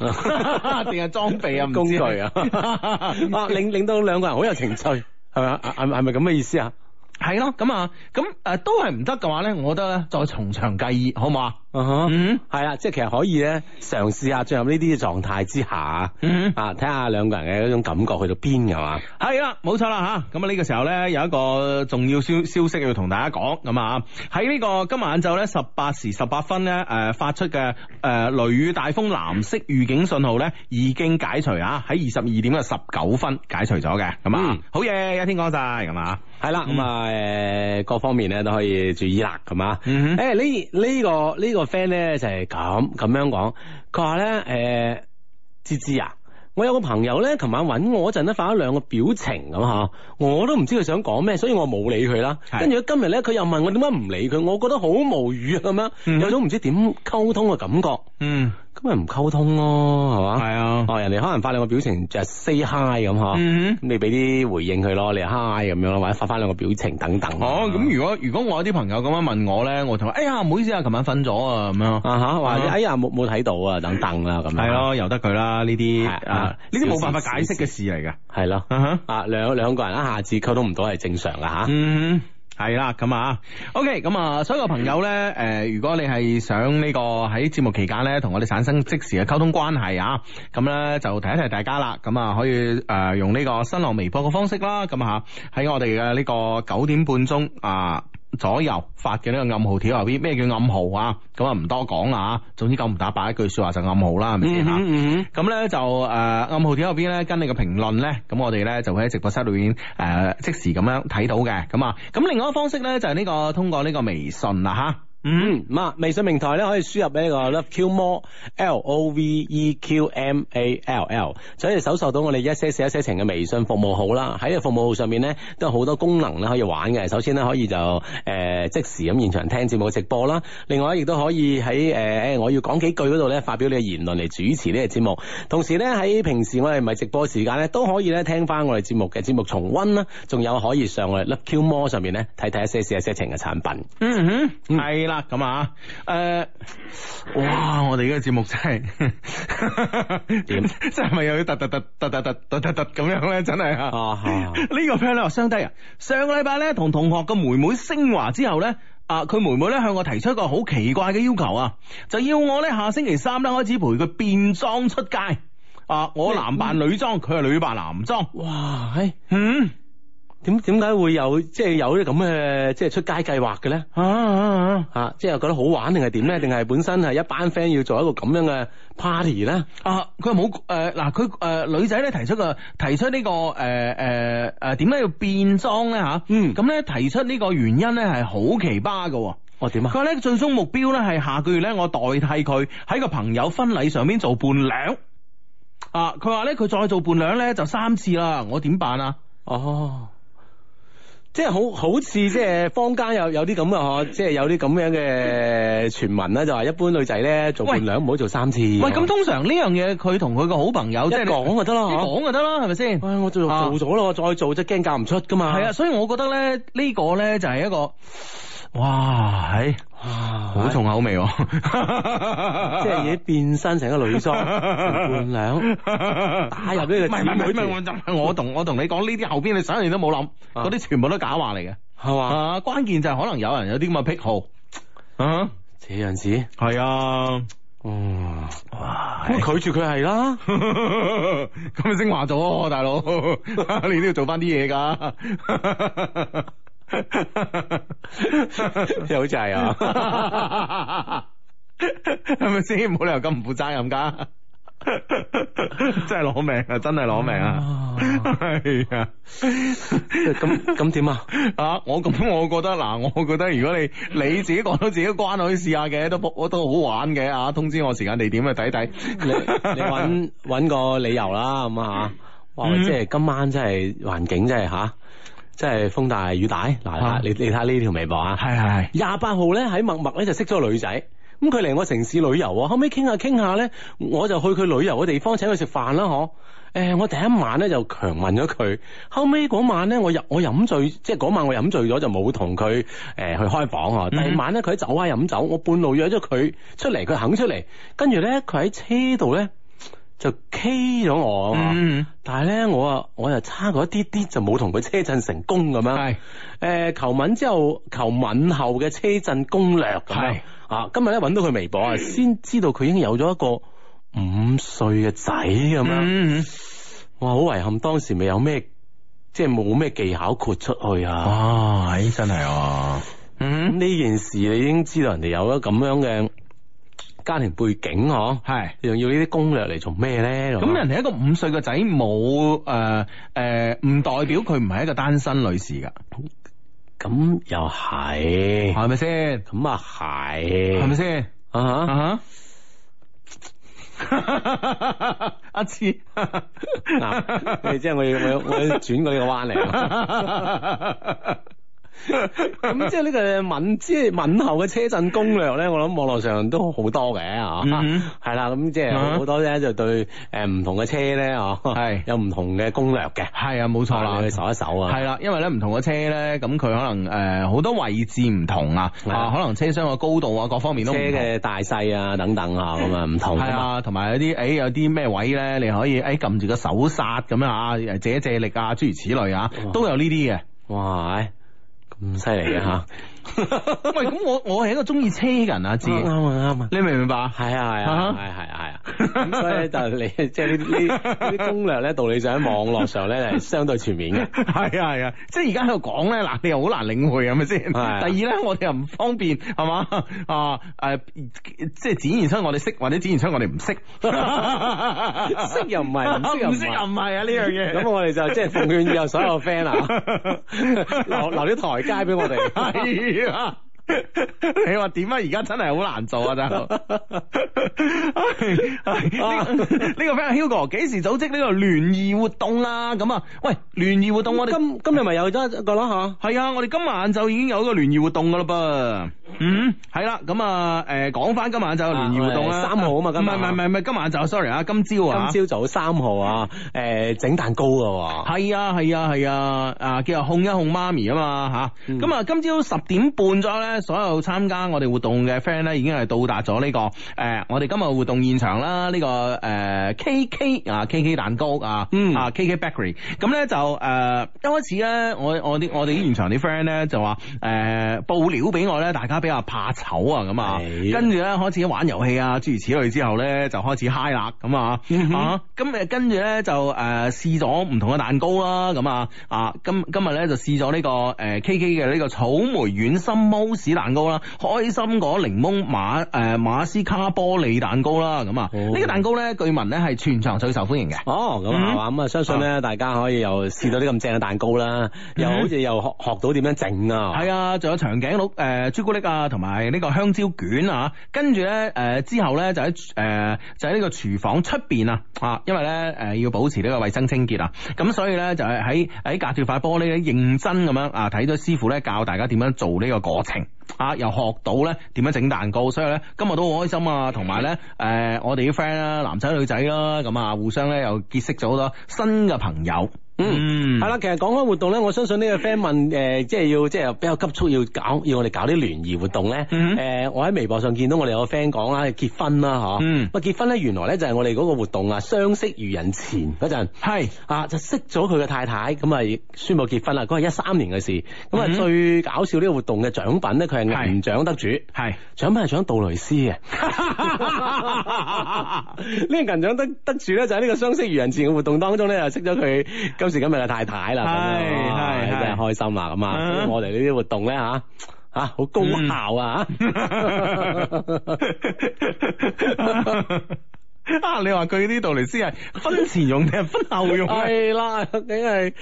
定係裝備啊，唔知
工具 啊 啊，令令到兩個人好有情趣，係咪啊？係係咪咁嘅意思啊？
呃係咯，咁啊，咁誒都係唔得嘅話咧，我覺得咧再從長計議，好唔好啊？
啊哈
嗯
係啦，即係其實可以咧嘗試下進入呢啲狀態之下，
嗯。
啊，睇下兩個人嘅嗰種感覺去到邊係嘛？
系啦，冇錯啦吓，咁啊呢個時候咧有一個重要消消息要同大家講咁啊，喺呢個今晚晏晝咧十八時十八分咧诶、呃發出嘅诶、呃雷雨大風藍色預警信號咧已經解除啊，喺二十二點嘅十九分解除咗嘅，咁啊、
嗯
好嘢，一天講晒咁啊，
係啦，
嗯
咁啊誒各方面咧都可以注意啦，係嘛？
嗯
誒呢呢個呢個 friend 咧就係咁咁樣講，佢話咧誒芝芝啊，我有個朋友咧，琴晚揾我嗰陣咧發咗兩個表情咁嚇，我都唔知佢想講咩，所以我冇理佢啦。
係
跟住今日咧，佢又問我點解唔理佢，我覺得好無語啊咁
嗯
樣，有種唔知點溝通嘅感覺，
嗯，
咁咪唔溝通咯，係嘛？
係啊，
哦，人哋可能發兩個表情就係 say hi 咁嚇。
嗯
咁你俾啲回應佢咯，你 hi 咁樣咯，或者發翻兩個表情等等。啊
哦，咁如果如果我有啲朋友咁樣問我咧，我同佢哎呀唔好意思啊，琴晚瞓咗啊咁樣。
啊吓，或者
啊
哎呀冇冇睇到啊，等等啦咁樣。
係，咯，由得佢啦，呢啲
係
啊，呢啲冇辦法解釋嘅事嚟㗎。
係咯，
啊哈
啊兩兩個人一下子溝通唔到係正常噶吓。
嗯。系啦，咁啊，OK，咁啊，所有朋友咧，誒、如果你係想呢個喺節目期間咧，同我哋產生即時嘅溝通關係啊，咁咧就提一提大家啦，咁啊，可以誒、呃用呢個新浪微博嘅方式啦，咁啊，喺我哋嘅呢個九點半鐘啊。左右發嘅呢個暗號條入邊，咩叫暗號啊？咁啊唔多講啦嚇，總之九唔搭八一句説話就暗號啦，係咪先嚇？
嗯
咁咧就誒、呃暗號條入邊咧，跟你嘅評論咧，咁我哋咧就會喺直播室裏邊誒、呃即時咁樣睇到嘅。咁啊，咁另外一個方式咧就係、呢、個通過呢個微信啦吓，
嗯，咁啊，微信平台咧可以輸入呢個 Love Q More L O V E Q M A L L，就可以搜索到我哋一些事一些情嘅微信服務號啦。喺呢個服務號上面咧，都有好多功能咧可以玩嘅。首先咧可以就誒、呃即時咁現場聽節目嘅直播啦，另外亦都可以喺誒、呃我要講幾句嗰度咧發表你嘅言論嚟主持呢個節目。同時咧喺平時我哋唔係直播時間咧，都可以咧聽翻我哋節目嘅節目重温啦，仲有可以上我哋 Love Q More 上面咧睇睇一些事一些情嘅產品。
嗯
嗯
係啦，咁啊，誒、哇！我哋呢個節目真 係
點
真係咪又要突突突突突突突突突咁樣咧？真係啊！
啊
呢個 friend 咧話相低啊，上個禮拜咧同同學個妹妹升華之後咧。啊！佢妹妹咧向我提出一個好奇怪嘅要求啊，就要我咧下星期三咧開始陪佢變裝出街啊！我男扮女裝，佢係女扮男裝。
哇！嘿
嗯
點點解會有即係有啲咁嘅即係出街計劃嘅咧？
啊啊啊
啊，即係覺得好玩定係點咧？定係本身係一班 friend 要做一個咁樣嘅 party 咧？
啊！佢冇誒嗱，佢誒、呃女仔咧提出個提出呢、個誒誒誒點解要變裝咧嚇？
嗯
咁咧提出呢個原因咧係好奇葩嘅喎。
哦點
佢
啊？
話咧最終目標咧係下個月咧，我代替佢喺個朋友婚禮上面做伴娘。啊！佢話咧，佢再做伴娘咧就三次啦，我點辦啊？
哦。即係好好似即係坊間有有啲咁嘅呵，即係有啲咁樣嘅傳聞啦，就話一般女仔咧做伴娘唔好做三次。
喂，咁通常呢樣嘢佢同佢個好朋友
一
即係
講就得啦
你
嗬。
講就得啦，係咪先？
唉，我做
啊
做咗咯，再做即係驚嫁唔出噶嘛。
係啊，所以我覺得咧呢個咧就係一個哇，係
哇，
好 重口味喎，
即係已經變身成一個女裝做伴娘。打入呢個
唔係
姊
唔係
妹
唔係唔係我同我同你講呢啲後邊你想你都冇諗，
啊
嗰啲全部都假話嚟嘅。
係嘛？
啊，關鍵就係可能有人有啲咁嘅癖好。啊，
這樣子，
係啊，
嗯，
哇
咁拒絕佢係啦，
咁你升華咗喎，大佬， 你都要做翻啲嘢噶。
又好似係啊，
係咪先？冇理由咁唔負責任噶， 真係攞命啊！真係攞命啊！ 係啊。
咁咁點啊？
啊！我咁我覺得嗱， 我覺得如果你你自己講到自己關，可以試下嘅，都我都好玩嘅啊！通知我時間地點去睇睇。
你你揾揾個理由啦，咁啊哇！
嗯
即係今晚真係環境真係吓，真係風大雨大。
啊
嗱，你你睇下呢條微博啊，
係係
廿八號咧喺陌陌咧就識咗個女仔。咁佢嚟我城市旅遊啊，後尾傾下傾下咧，我就去佢旅遊嘅地方請佢食飯啦，嗬。誒，我第一晚咧就強吻咗佢，後尾嗰晚咧我飲我飲醉，即係嗰晚我飲醉咗就冇同佢誒去開房
嗯
啊。第二晚咧佢喺酒吧飲酒，我半路約咗佢出嚟，佢肯出嚟，跟住咧佢喺車度咧就 K 咗我啊。
嗯
但係咧，我啊，我又差過一啲啲，就冇同佢車震成
嗯
功咁樣。
係
誒、求吻之後，求吻後嘅車震攻略咁樣
係
啊，今日咧揾到佢微
嗯
博啊，先知道佢已經有咗一個五歲嘅仔咁樣，
嗯，
哇！好遺憾，當時未有咩，即係冇咩技巧豁出去
哦
啊。
哇，唉真係啊，
咁
嗯，
呢件事你已經知道人哋有咗咁樣嘅家庭背景嗬，
係。
你仲要呢啲攻略嚟做咩咧？
咁人哋一個五歲嘅仔冇誒誒，唔代表佢唔係一個單身女士噶，
咁又係，
係咪先？
咁啊係，
係哦咪先？
啊哈？
啊哈！ 阿次，
啊嗱，你即係我要我要我要轉過呢個彎嚟。咁即係呢個敏，即係敏後嘅車震攻略咧，我諗網絡上都好多嘅啊，
嗯
係啦，咁即係
啊
好多咧就對誒唔同嘅車咧啊，
係
有唔同嘅攻略嘅，
係啊，冇錯啦
你。去搜一搜啊，
係啦，因為咧唔同嘅車咧，咁佢可能誒好、多位置唔同啊，
係啊
啊可能車廂嘅高度啊，各方面
車
都唔同。
嘅大細啊等等啊，咁啊唔同
係
啊嘛，
啊，同埋有啲誒、哎有啲咩位咧，你可以誒哎撳住個手剎咁樣啊，誒借一借力啊，諸如此類啊
哇，
都有呢啲 嘅。
哇，唉咁犀利嘅嚇，
喂，咁我我係一個中意車嘅人啊，知
啱
你
啊啱啊。
明唔明白啊？
係啊係啊係啊係啊係啊，咁所以就你 即係呢呢呢啲攻略咧，道理上喺網絡上咧係相對 全面嘅。
係啊係啊，即係而家喺度講咧，嗱你又好難領會係咪先？第
係啊
二咧，我哋又唔方便係嘛啊誒，即係展現出我哋識或者展現出我哋唔識，
識又唔係唔識又唔
唔識又唔係啊呢樣嘢。
咁我哋就即係奉勸以後所有 friend 啊，留留啲台階俾我哋。
係啊。你話點啊？而家真係好難做啊！大佬，唉
啊
呢個呢個 friend Hugo 幾時組織呢個聯誼活動啊？咁啊，喂，聯誼活動 我哋
今今日咪有咗一個咯吓，
係啊，我哋今晚就已經有一個聯誼活動噶啦噃。嗯，係啦，咁啊，誒，講翻今晚就有聯誼活動啦，
啊我哋三號啊嘛今
唔係唔係
晚
唔係唔係，今晚就 sorry 啊，今朝啊，
今朝早三號啊，誒整蛋糕噶
係啊係啊係啊，啊叫做控一控媽咪啊嘛
嗯
吓，咁啊今朝十點半左右咧，所有參加我哋活動嘅 friend 咧已經係到達咗呢個誒、呃我哋今日活動現場啦，呢、個誒、呃 KK 啊 KK 蛋糕啊，
嗯
啊 KK Bakery，咁咧就誒、呃一開始咧，我我啲我哋啲現場啲 friend 咧就話誒、呃、報料俾我咧，大家比較怕醜啊咁啊
係，
跟住咧開始玩遊戲啊，諸如此類之後咧就開始嗨啦咁啊，啊咁誒跟住咧就誒試咗唔同嘅蛋糕啦，咁啊啊今今日咧就試咗呢個誒 K K 嘅呢個草莓軟心慕斯蛋糕啦，開心果檸檬馬誒馬斯卡波利蛋糕啦，咁啊
哦
呢個蛋糕咧據聞咧係全場最受歡迎嘅。
哦，咁
嗯
啊嘛，咁啊相信咧，大家可以又試到啲咁正嘅蛋糕啦，又
嗯
好似又學學到點樣整啊，
係啊，仲有長頸鹿誒、呃朱古力啊，同埋呢個香蕉卷啊，跟住咧誒之後咧就喺誒、呃就喺呢個廚房出邊啊啊，因為咧誒、呃要保持呢個衞生清潔啊，咁所以咧就係喺喺隔住塊玻璃咧認真咁樣啊睇咗師傅咧教大家點樣做呢個過程。啊！又學到咧點樣整蛋糕，所以咧今日都好開心啊！同埋咧誒，我哋啲 friend 啦，男仔女仔啦，咁啊，互相咧又結識咗好多新嘅朋友。嗯
係啦，其實講開活動咧，我相 信呢個 friend 問誒，即係要即係比較急促要搞，要我哋搞啲聯誼活動咧。
嗯
誒，我喺微博上見到我哋有個 friend 講啦，結婚啦嗬。
嗯
喂，結婚咧原來咧就係我哋嗰個活動啊，相識如人前嗰陣。
係
啊，就識咗佢嘅太太，咁啊宣布結婚啦。嗰係一三年嘅事，咁啊、
嗯
最搞笑呢個活動嘅獎品咧，佢係銀獎得主，
係。
獎品係獎杜蕾斯嘅。 呢個銀獎得得主咧，就喺呢個相識如人前嘅活動當中咧，就識咗佢今時今日嘅太太啦。咁樣
係
哇
係係
真係開心啊！咁啊，
嗯
所以我哋呢啲活動咧嚇嚇好高效 啊！
啊！你話佢呢度嚟先係婚前用定係婚後用咧？
係啦，梗係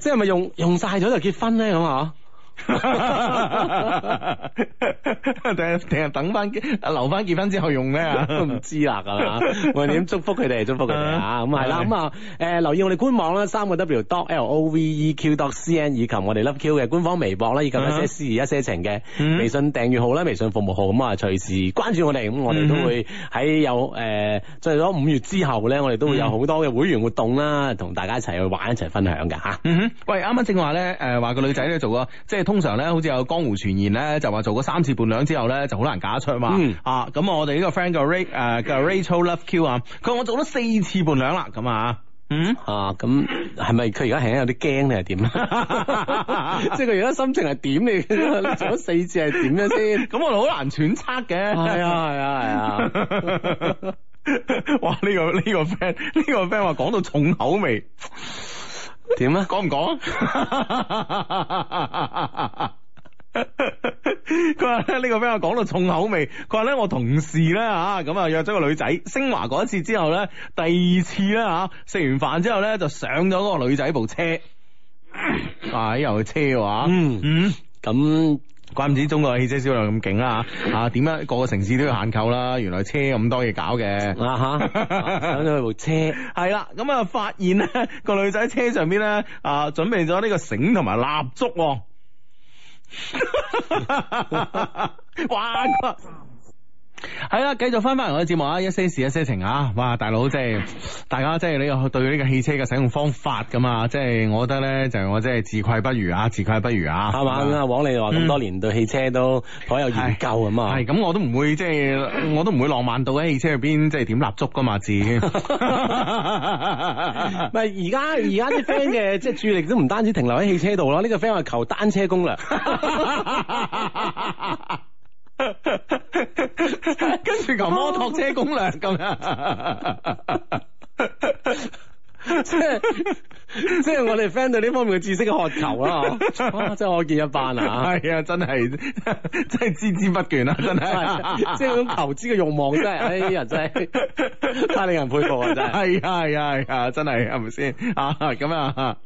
即係咪用用晒咗就結婚咧咁啊？
定係定係等翻留翻結婚之後用嗯咧？
都唔知啦，咁 啊，我哋點祝福佢哋，祝福佢哋啊，咁係啦，咁啊，誒留意我哋官網啦，三個 W dot L O V E Q dot C N 以及我哋 Love Q 嘅官方微博啦，以及一些事一些情嘅
嗯
微信訂閱號啦、微信服務號，咁啊隨時關注我哋，咁我哋都會喺有誒，即係咗五月之後咧，我哋都會有好多嘅會員活動啦，同大家一齊去玩，一齊分享㗎嚇。
嗯哼，喂，啱啱正話咧，誒話個女仔咧做過，即係通常咧，好似有江湖傳言咧，就話做過三次伴娘之後咧，就好難嫁得出嘛。
嗯
啊，咁我哋呢個 friend 叫 Ray 誒、叫 Rachel Love Q 啊，佢話我做咗四次伴娘啦，咁啊，嗯。
啊，咁係咪佢而家係有啲驚定係點？ 即係佢而家心情係點？你你做咗四次係點樣先？
咁我哋好難揣測嘅。
係啊係啊 係啊！
哇！呢、個呢、個 friend 呢、個 friend 話講到重口味，
點啊？
講唔講 啊？佢話咧呢個 friend 話講到重口味，佢話咧我同事咧吓咁啊約咗個女仔，升華嗰一次之後咧，第二次咧吓食完飯之後咧就上咗嗰個女仔部車， 啊又車話，
嗯
嗯。
咁
怪唔知中國嘅汽車銷量咁勁啦嚇，啊點解個個城市都要限購啦？原來車咁多嘢搞嘅。
啊哈，上咗去部車。
係啦，咁啊發現咧 個女仔喺車上邊咧啊準備咗呢個繩同埋蠟燭喎。 哇！佢係啦，繼續翻翻嚟我嘅節目啊，一些事一些情啊，哇！大佬即係大家即係呢個對呢個汽車嘅使用方法噶嘛，即係我覺得咧就我即係自愧不如啊，自愧不如啊，
係嘛？咁啊，王你話咁多年對汽車都頗有研究咁啊
系。咁，我都唔會即係，我都唔會浪漫到喺汽車入邊即係點蠟燭噶嘛，至
唔係而家而家啲 friend 嘅 即係注意力都唔單止停留喺汽車度啦，呢、個 friend 話求單車攻略，
跟住求摩托車攻略咁樣，
即係 即係我哋 friend 對呢方面嘅知識嘅渴求啦，哇！ 真係可見一斑啊！
係啊，真係真係孜孜不倦啊， 真係，
即係嗰種求知嘅慾望真係，哎呀 真 係太令人佩服啊！真係。
係啊係啊係啊，真係係咪先啊？咁啊。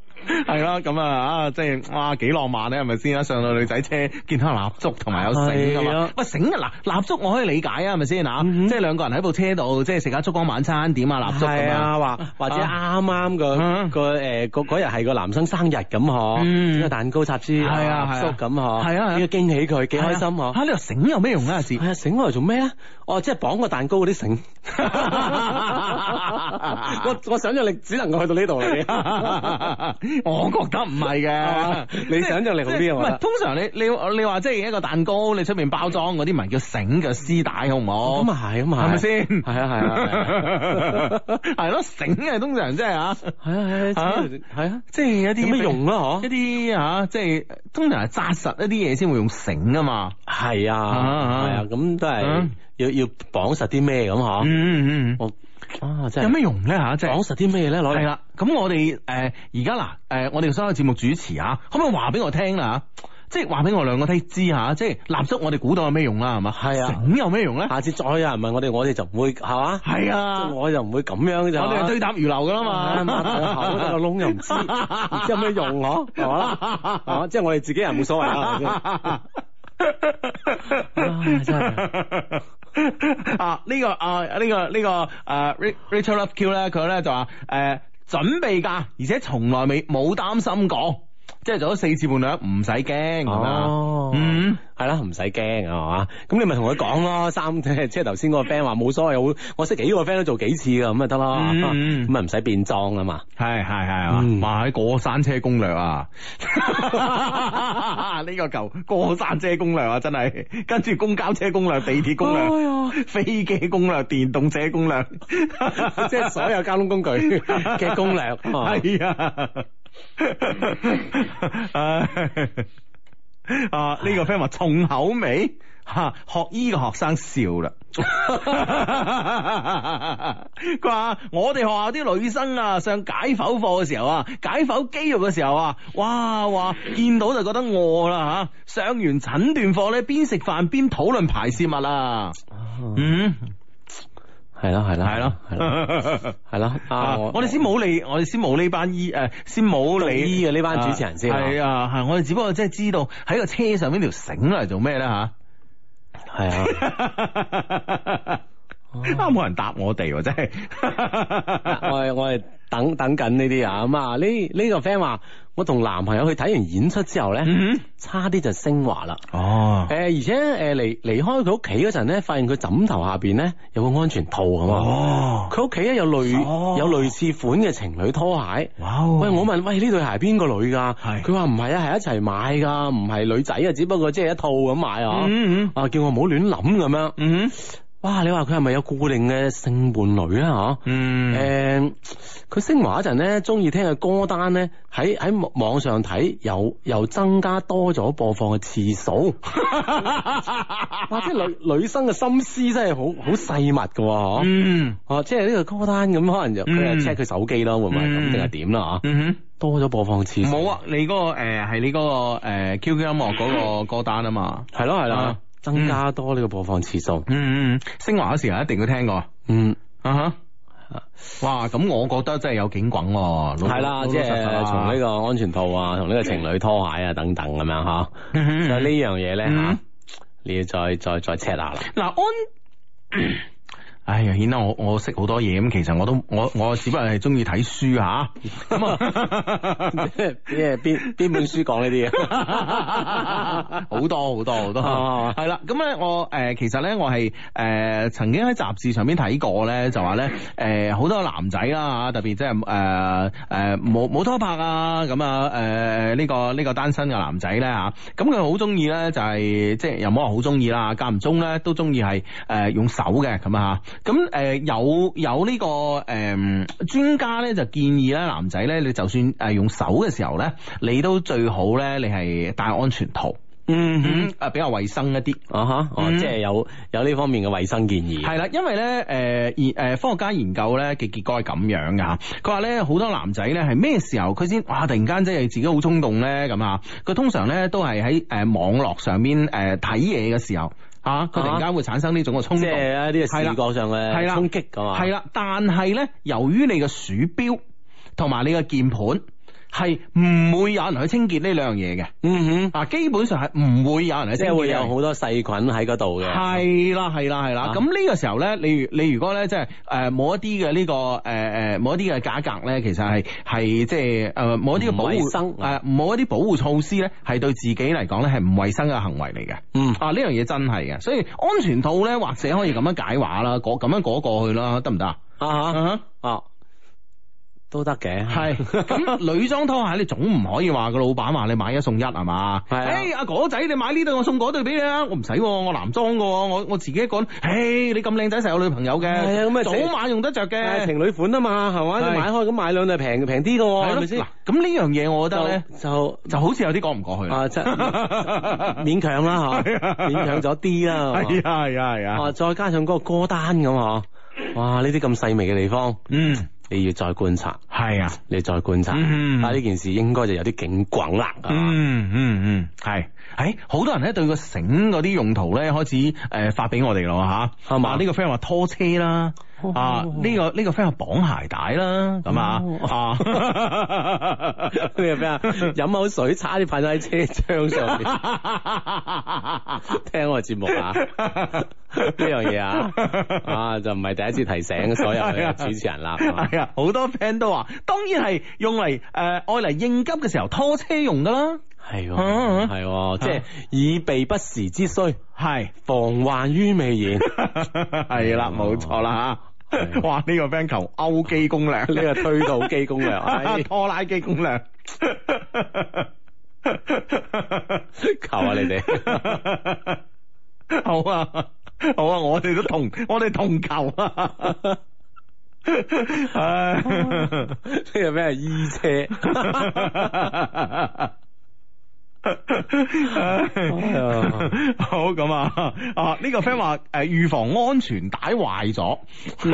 係啦，咁啊，啊，即係哇，幾浪漫咧，係咪先啊？上到女仔車，見到蠟燭同埋有繩噶
係
嘛
啊？
喂，繩啊，嗱，蠟燭我可以理解啊，係咪先啊？
嗯哼
即係兩個人喺部車度，即係食下燭光晚餐，點啊蠟燭咁
係
樣。
啊，或或者啱啱
啊
個個誒嗰嗰日係個男生生日咁嗬，
嗯
整個蛋糕插支
係啊係啊
蠟燭咁
係
嗬，
啊係啊
呢個驚喜佢幾開心
啊
嗬！
嚇，你話繩有咩用啊？字
係啊，繩攞嚟做咩咧？哦，即係綁個蛋糕嗰 啲繩。我我想象力只能夠去到呢度啦。
我覺得唔係嘅
嘛， 你想像力好啲
即係
我
唔
覺得
係通常你你你話即係一個蛋糕，你出面包裝嗰啲咪叫繩叫絲帶好唔好？
咁啊係，咁啊
係咪先？
係啊係啊
係咯，繩啊，通常即係啊，
係啊係啊係啊，
即係有
有
啲
咩用啊？
一
嗬？
啲啊，即係通常係扎實一啲嘢先會用繩啊嘛。
係啊
啊
係啊，咁都係
嗯
要要綁實啲咩咁嗬？
嗯嗯
我啊哦真係
有咩用咧吓？即係
綁實啲咩咧？攞
係
嚟
啦，咁我哋誒而家嗱誒，我哋所有節目主持啊，可唔可以話俾我聽啦嚇即係話俾我兩個聽知嚇，即係蠟燭我哋估到有咩用啦，係嘛？
係啊
繩有咩用咧？
下次再有人問我哋，我哋就唔會係嘛？
係啊
即係我就唔會咁樣就。
我哋係對答如流噶啦
啊抹上口得個
嘛。
窿又唔知，唔知有咩 用我係嘛？係嘛即係我哋自己人冇
啊
所謂啦。係咪先
哦
唉真係
啊！呢、個啊呢、個呢、個啊 Ri- Rachel Love Q 咧，佢咧就話誒、呃準備㗎，而且從來未冇擔心過，即係做咗四次伴娘唔使驚咁啦。
哦
嗯。
係啦，唔使驚啊，係嘛？咁你咪同佢講咯，三 即係頭先嗰個 friend 話冇所謂，我我識幾個 friend 都做幾次噶，咁咪得咯，
嗯嗯嗯
咁咪唔使變裝 啊嘛。
係係係啊！
嗯
哇，喺過山車攻略啊！ 呢個舊過山車攻略啊，真係跟住公交車攻略、地鐵攻
哎
略、飛機攻略、電動車攻略，
即係所有交 通工具嘅攻略，哦係
係 啊！啊！呢、個 friend 話重口味 吓、學醫嘅學生笑啦。 佢話我哋學校啲女生啊，上解剖課嘅時候啊，解剖肌肉嘅時候啊，哇哇見到就覺得餓啦啊吓。上完診斷課咧，邊食飯邊討論排泄物啊。嗯，
係咯係咯
係咯，
係咯係咯
啊！
啊！
我哋先冇理，我哋先冇呢班醫誒，先冇
讀
理
醫嘅呢班主持人先
係啊，係我哋只不過即係知道喺個車上邊條繩嚟做咩咧吓。
係啊。
啊！冇人答我哋喎，真係。
我係我係等等緊呢啲啊，咁啊呢呢個 friend 話，我同男朋友去睇完演出之後咧，
嗯
差啲就升華啦。
哦
誒、而且誒離離開佢屋企嗰陣咧，發現佢枕頭下邊咧有個安全套咁啊。
哦，
佢屋企咧有類、
哦
有類似款嘅情侶拖鞋。
哇！哦
喂，我問喂呢對鞋邊個女㗎？
係
佢話唔係啊，係一齊買㗎，唔係女仔啊，只不過即係一套咁買啊。
嗯嗯
啊，叫我唔好亂諗咁樣。
嗯
哇！你話佢係咪有固定嘅性伴侶啊？嗬、
嗯，
誒，佢升華嗰陣咧，中意聽嘅歌單咧，喺喺網上睇又又增加多咗播放嘅次數。哇！即係女女生嘅心思真係好好細密㗎喎，嗬、
嗯，
哦，即係呢個歌單咁，可能就佢
嗯
係 check 佢手機啦，會唔會係
嗯
咁定係點啦？嗬、
嗯
多咗播放次
哼，
數。
冇啊，你嗰個誒係你嗰個誒 QQ 音樂嗰個歌單啊嘛，
係咯係咯
啊，
增加多呢個播放次數。
嗯嗯，升華嗰時候一定要聽過啊
嗯，
哈。 哇，咁我覺得真係有景滾喎，
係啦，即係從呢
個，
個安全套啊，同呢個情侶拖鞋啊等等咁樣吓。
嗯 哼
所以呢樣嘢咧
嗯
吓，你要再再再 check 下啦。
嗱安。 哎呀，顯得我我識好多嘢咁，其實我都我我只不過係中意睇書吓，咁啊
即係邊邊本書講呢啲嘢？
好多好多好多，
哦
係啦。咁咧，我誒、呃其實咧，我係誒、呃曾經喺雜誌上面睇過咧，就話咧誒好多男仔啦嚇，特別即係誒誒冇冇拖拍啊，咁啊誒呢個呢、個單身嘅啊男仔咧嚇，咁佢好中意咧就係、即係又冇話好中意啦，間唔中咧都中意係誒用手嘅咁啊嚇。咁誒、呃有有呢、個誒、呃、專家咧就建議咧男仔咧，你就算誒用手嘅時候咧，你都最好咧你係戴安全套。
嗯
嗯，啊比較衞生一啲。
啊哈，哦
嗯，
即係有有呢方面嘅衛生建議。
係啦，因為咧，誒、呃，研誒科學家研究咧嘅結果係咁樣噶，佢話咧好多男仔咧係咩時候佢先哇突然間即係自己好衝動咧咁啊？佢通常咧都係喺誒網絡上面誒睇嘢嘅時候啊，佢突然間會產生呢種嘅衝
即
動。
係一啲
係啦
視覺上
係
嘅
啦
衝擊㗎嘛。
係啦，但係咧，由於你嘅鼠標同埋你嘅鍵盤係唔會有人去清潔呢兩樣嘢嘅，
嗯哼，
啊，基本上係唔會有人去
即
清潔
係
呢
會
樣
有
嘢
好多細菌喺嗰度嘅。
係啦，係啦，係啦
啊。
咁呢個時候咧，你如你如果咧，即係誒冇一啲嘅呢個誒誒冇一啲嘅價格咧，其實係係即係誒冇一啲嘅保
唔
護
衞生
誒冇一啲保護措施咧，係對自己嚟講咧係唔衞生嘅行為嚟嘅。
嗯
啊，呢樣嘢真係嘅，所以安全套咧，或者可以咁樣解話啦，嗰咁樣嗰過去啦，得唔得啊？
啊哈
啊
啊，都得嘅。
係咁，女裝拖鞋你總唔可以話個老闆話你買一送一係嘛？哎
係啊
誒阿哥仔，你買呢對我送嗰對俾你啊！我唔使喎，我男裝嘅喎，我我自己一個人。誒你咁靚仔，成有女朋友嘅，
係啊咁啊
早晚用得着
係
嘅，
情侶款啊嘛，係
係
嘛？你買開咁買兩對平平啲嘅
係
喎，係
咯
咪先
嗱？，咁呢樣嘢我覺得咧，
就就
就好似有啲講唔過去啦。
啊，即 勉強啦
係啊
嚇，勉強咗啲啦，係嘛
啊係啊係
啊，，再加上嗰個歌單咁嗬，哇！呢啲咁細微嘅地方，
嗯，
你要再觀察，
係啊。
你再觀察，啊
嗯
但係呢件事應該就有啲警滾啦，啊係嘛
嗯嗯嗯，係，誒，好多人咧對個繩嗰啲用途咧開始誒發俾我哋咯吓，
係嘛
啊呢個 friend 話拖車啦，
哦
啊呢個呢個 friend 話綁鞋帶啦，咁
哦
啊 啊。
咩咩啊？ 飲口水，差啲噴咗喺車窗上面。聽我嘅節目啊，呢樣嘢 啊，啊就唔係第一次提醒所有
係啊
嘅主持 人啦。
係啊，好多 friend 都話，當然係用嚟誒愛嚟應急嘅時候拖車用噶啦，
係喎，
嗯嗯
係喎，即係以備不時之需，
係。
防患於未然。
係啦，冇錯啦吓
係。
哇！呢、個 friend 求勾機攻略，
呢個推土機攻 略，哎
拖拉機攻略。
求啊下你哋。
好啊，好啊，我哋都同我哋同求啊。 唉，
呢個咩醫 車？
好咁啊！啊呢、個 friend 話誒預防安全帶壞咗，
嗯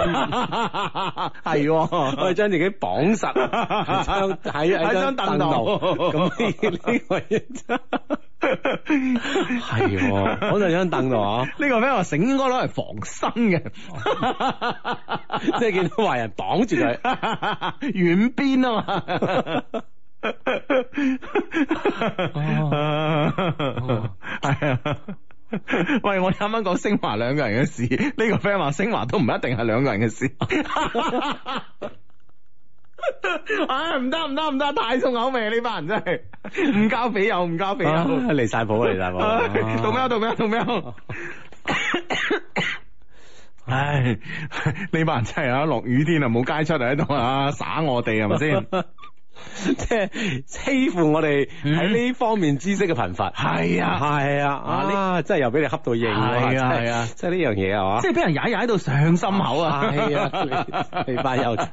係
我哋
喎
將自己綁實喺張 喺喺張凳度，咁呢呢個嘢真係喎，綁實張凳度啊！
呢個 friend 話繩應該攞嚟防身嘅，
即係見到壞人綁住佢，
遠邊啊嘛。哦係啊。喂，我哋啱啱講升華兩個人嘅事，呢、個 friend 話升華都唔一定係兩個人嘅事。 啊，唔得唔得唔得，太重口味呢班人真係，唔交俾友，唔交俾友。
啊離晒譜啊啊離晒
唉
譜，
讀喵讀喵讀喵。 唉，啊呢班人真係啊，落雨天啊，冇街出嚟喺度啊，耍我哋係咪先？
即係欺負我哋喺呢方面知識嘅貧乏。
係啊
係嗯啊，啊，真係又俾你恰到應喎
係啊
真係
係啊
即係呢樣嘢哦係嘛
即？係俾人踩踩到上心口啊！
係啊 你你班友仔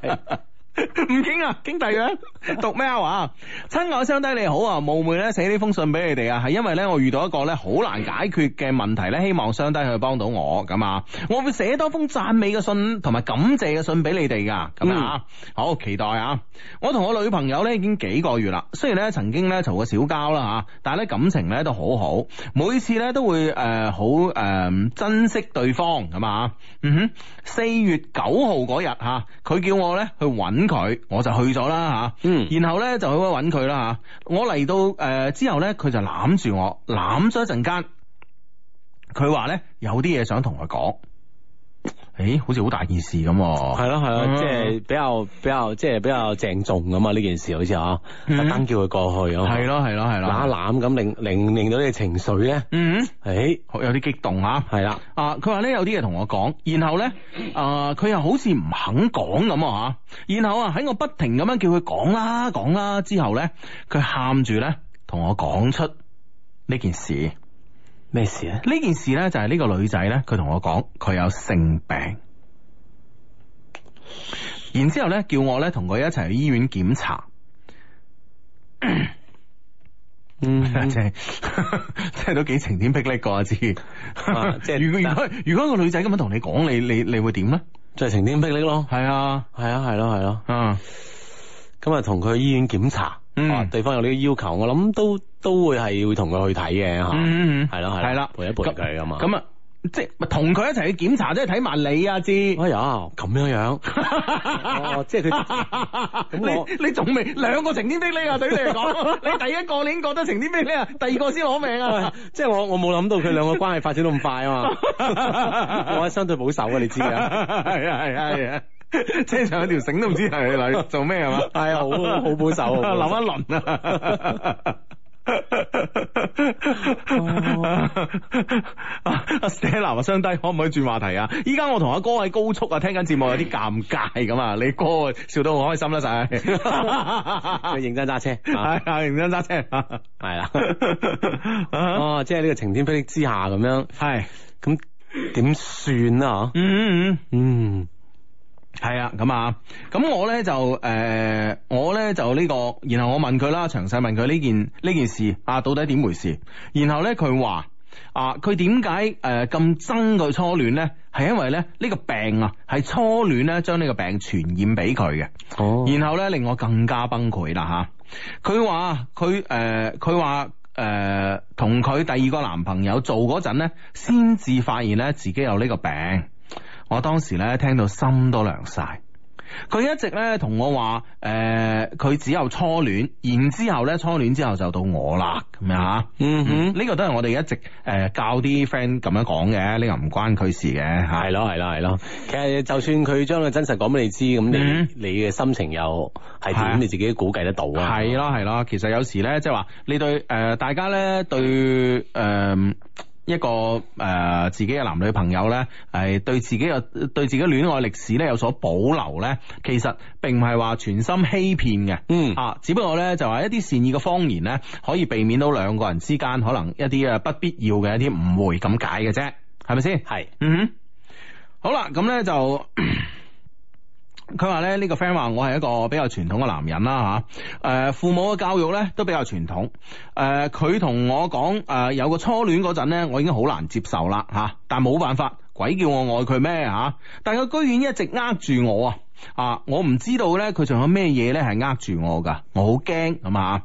唔傾啊，傾第樣讀咩啊話？親愛相低你好啊，冒昧咧寫呢封信俾你哋啊，係因為咧我遇到一個咧好難解決嘅問題咧，希望相低去幫到我咁啊，我會寫多封讚美嘅信同埋感謝嘅信俾你哋噶，咁啊，好期待啊！我同我女朋友咧已經幾個月啦，雖然咧曾經咧嘈過小交啦吓，但係咧感情咧都好好，每次咧都會誒好誒珍惜對方咁啊，嗯哼，四月九號嗰日吓，佢叫我咧去揾佢，我就去咗啦吓，
嗯
然後咧就去揾佢啦吓，我嚟到誒、呃之後咧，佢就攬住我攬咗一陣間，佢話咧有啲嘢想同佢講，誒好似好大件事咁喎，
係咯係咯，
嗯
即係比較比較即係比較鄭重咁啊！呢件事好似啊，特
嗯
登叫佢過去啊，
係咯係咯係咯，
攬一攬咁令令令到你嘅情緒咧，
嗯，
誒
好有啲激動吓。
係啦，
啊，佢話咧有啲嘢同我講，然後咧，啊、佢又好似唔肯講咁啊，然後啊喺我不停咁樣叫佢講啦講啦之後咧，佢喊住咧同我講出呢件事，呢
咩事咧？
件事咧就係呢個女仔咧，佢同我講佢有性病，然之後咧叫我咧同佢一齊去醫院檢查。 即
嗯
係即係都幾晴天霹靂個阿知，即
啊即係
如果如果如果個女仔咁樣同你講，你你你會點咧？
就係晴天霹靂咯，
係啊，
係啊係咯係咯，
嗯
咁啊同佢去醫院檢查，
嗯
啊對方有呢個要求，我諗都都會係會同佢去睇嘅嚇，
嗯嗯嗯
啊係咯係
係啦
陪一陪佢咁啊，
咁啊，即係咪同佢一齊去檢查，即係睇埋你啊知。
哎呀咁樣樣， 哦即係佢咁我
你你仲未兩個晴天霹靂啊？對你嚟 講，你第一個你已經覺得晴天霹靂啊，第二個先攞命
喂
啊！
即係我我冇諗到佢兩個關係發展到咁快啊 嘛，我係相對保守啊，你知
係
啊。
啊係啊係啊！車上有條繩都唔知係 你做咩係嘛？
係啊，好好保守啊，
諗一輪啊！ 阿 Stella 話相低，可唔可以轉話題啊？依家我同阿哥喺高速啊，聽緊節目有啲尷尬咁 啊！你哥笑到我開心啦，晒
佢認真揸車，
係
啊
啊，認真揸 車
係啦。
啊！
哦，即係呢個晴天霹靂之下咁樣，
係，
咁點算啊？
嗯嗯嗯。
嗯，
系啊，咁啊，咁我咧就誒、呃我咧就呢、個，然後我問佢啦，詳細問佢呢件呢件事啊，到底點回事？然後咧佢話啊，佢點解誒咁憎佢初戀咧？係因為咧呢、呢個病啊，係初戀咧將呢個病傳染俾佢嘅。
哦
然後咧令我更加崩潰啦吓。佢話佢誒佢話誒同佢第二個男朋友做嗰陣咧，先至發現咧自己有呢個病。我當時咧聽到心都涼晒。佢一直咧同我話，誒、佢只有初戀，然之後咧初戀之後就到我啦，咁樣吓。
嗯
嗯，
哼，
呢、個都係我哋一直誒、教啲 friend 咁樣講嘅，呢、個唔關佢事嘅吓。
係咯係咯係咯。其實就算佢將個真實講俾你知，咁
嗯
你你嘅心情又係
係啊
點？你自己都估計得到啊。
係咯係咯，其實有時咧，即係話你對誒、呃大家咧對誒。一個誒、呃自己嘅男女朋友咧，係對自己嘅對自己戀愛歷史咧有所保留咧，其實並唔係話全心欺騙嘅，
嗯
啊，只不過咧就話一啲善意嘅謊言咧，可以避免到兩個人之間可能一啲誒呃不必要嘅一啲誤會咁解嘅啫，係咪先？
係
嗯哼，好啦，咁咧就。 佢話咧呢個 friend 話我係一個比較傳統嘅男人啦吓，誒、呃父母嘅教育咧都比較傳統，誒佢同我講誒、呃有個初戀嗰陣咧，我已經好難接受啦吓、但冇辦法，鬼叫我愛佢咩吓？但佢居然一直呃住我啊！啊！我唔知道咧，佢仲有咩嘢咧係呃住我噶，我好驚咁啊！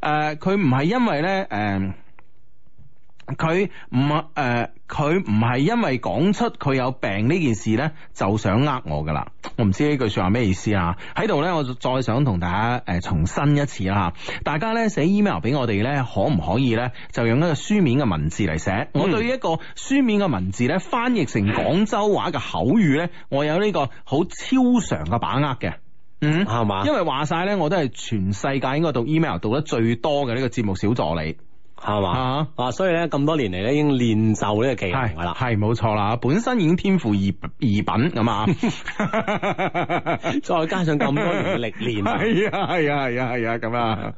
誒，佢唔係因為咧誒。佢唔誒，佢唔係因為講出佢有病呢件事呢，就想呃我噶啦。我唔知呢句説話咩意思啊！喺度呢，我再想同大家誒、呃重申一次啦嚇，大家呢寫 email 俾我哋呢，可唔可以呢？就用一個書面嘅文字嚟寫？我對一個書面嘅文字呢，翻譯成廣州話嘅口語呢，我有呢個好超常嘅把握嘅。嗯，
係嘛
因為話晒呢，我都係全世界應該讀 email 讀得最多嘅呢個節目小助理。
係嘛
啊？
啊，所以咧咁多年嚟咧已經練就呢個技能
係
噶啦。
係冇錯啦，本身已經天賦異異 稟咁啊，
再加上咁多年嘅歷練，
係啊係啊係啊係啊咁啊。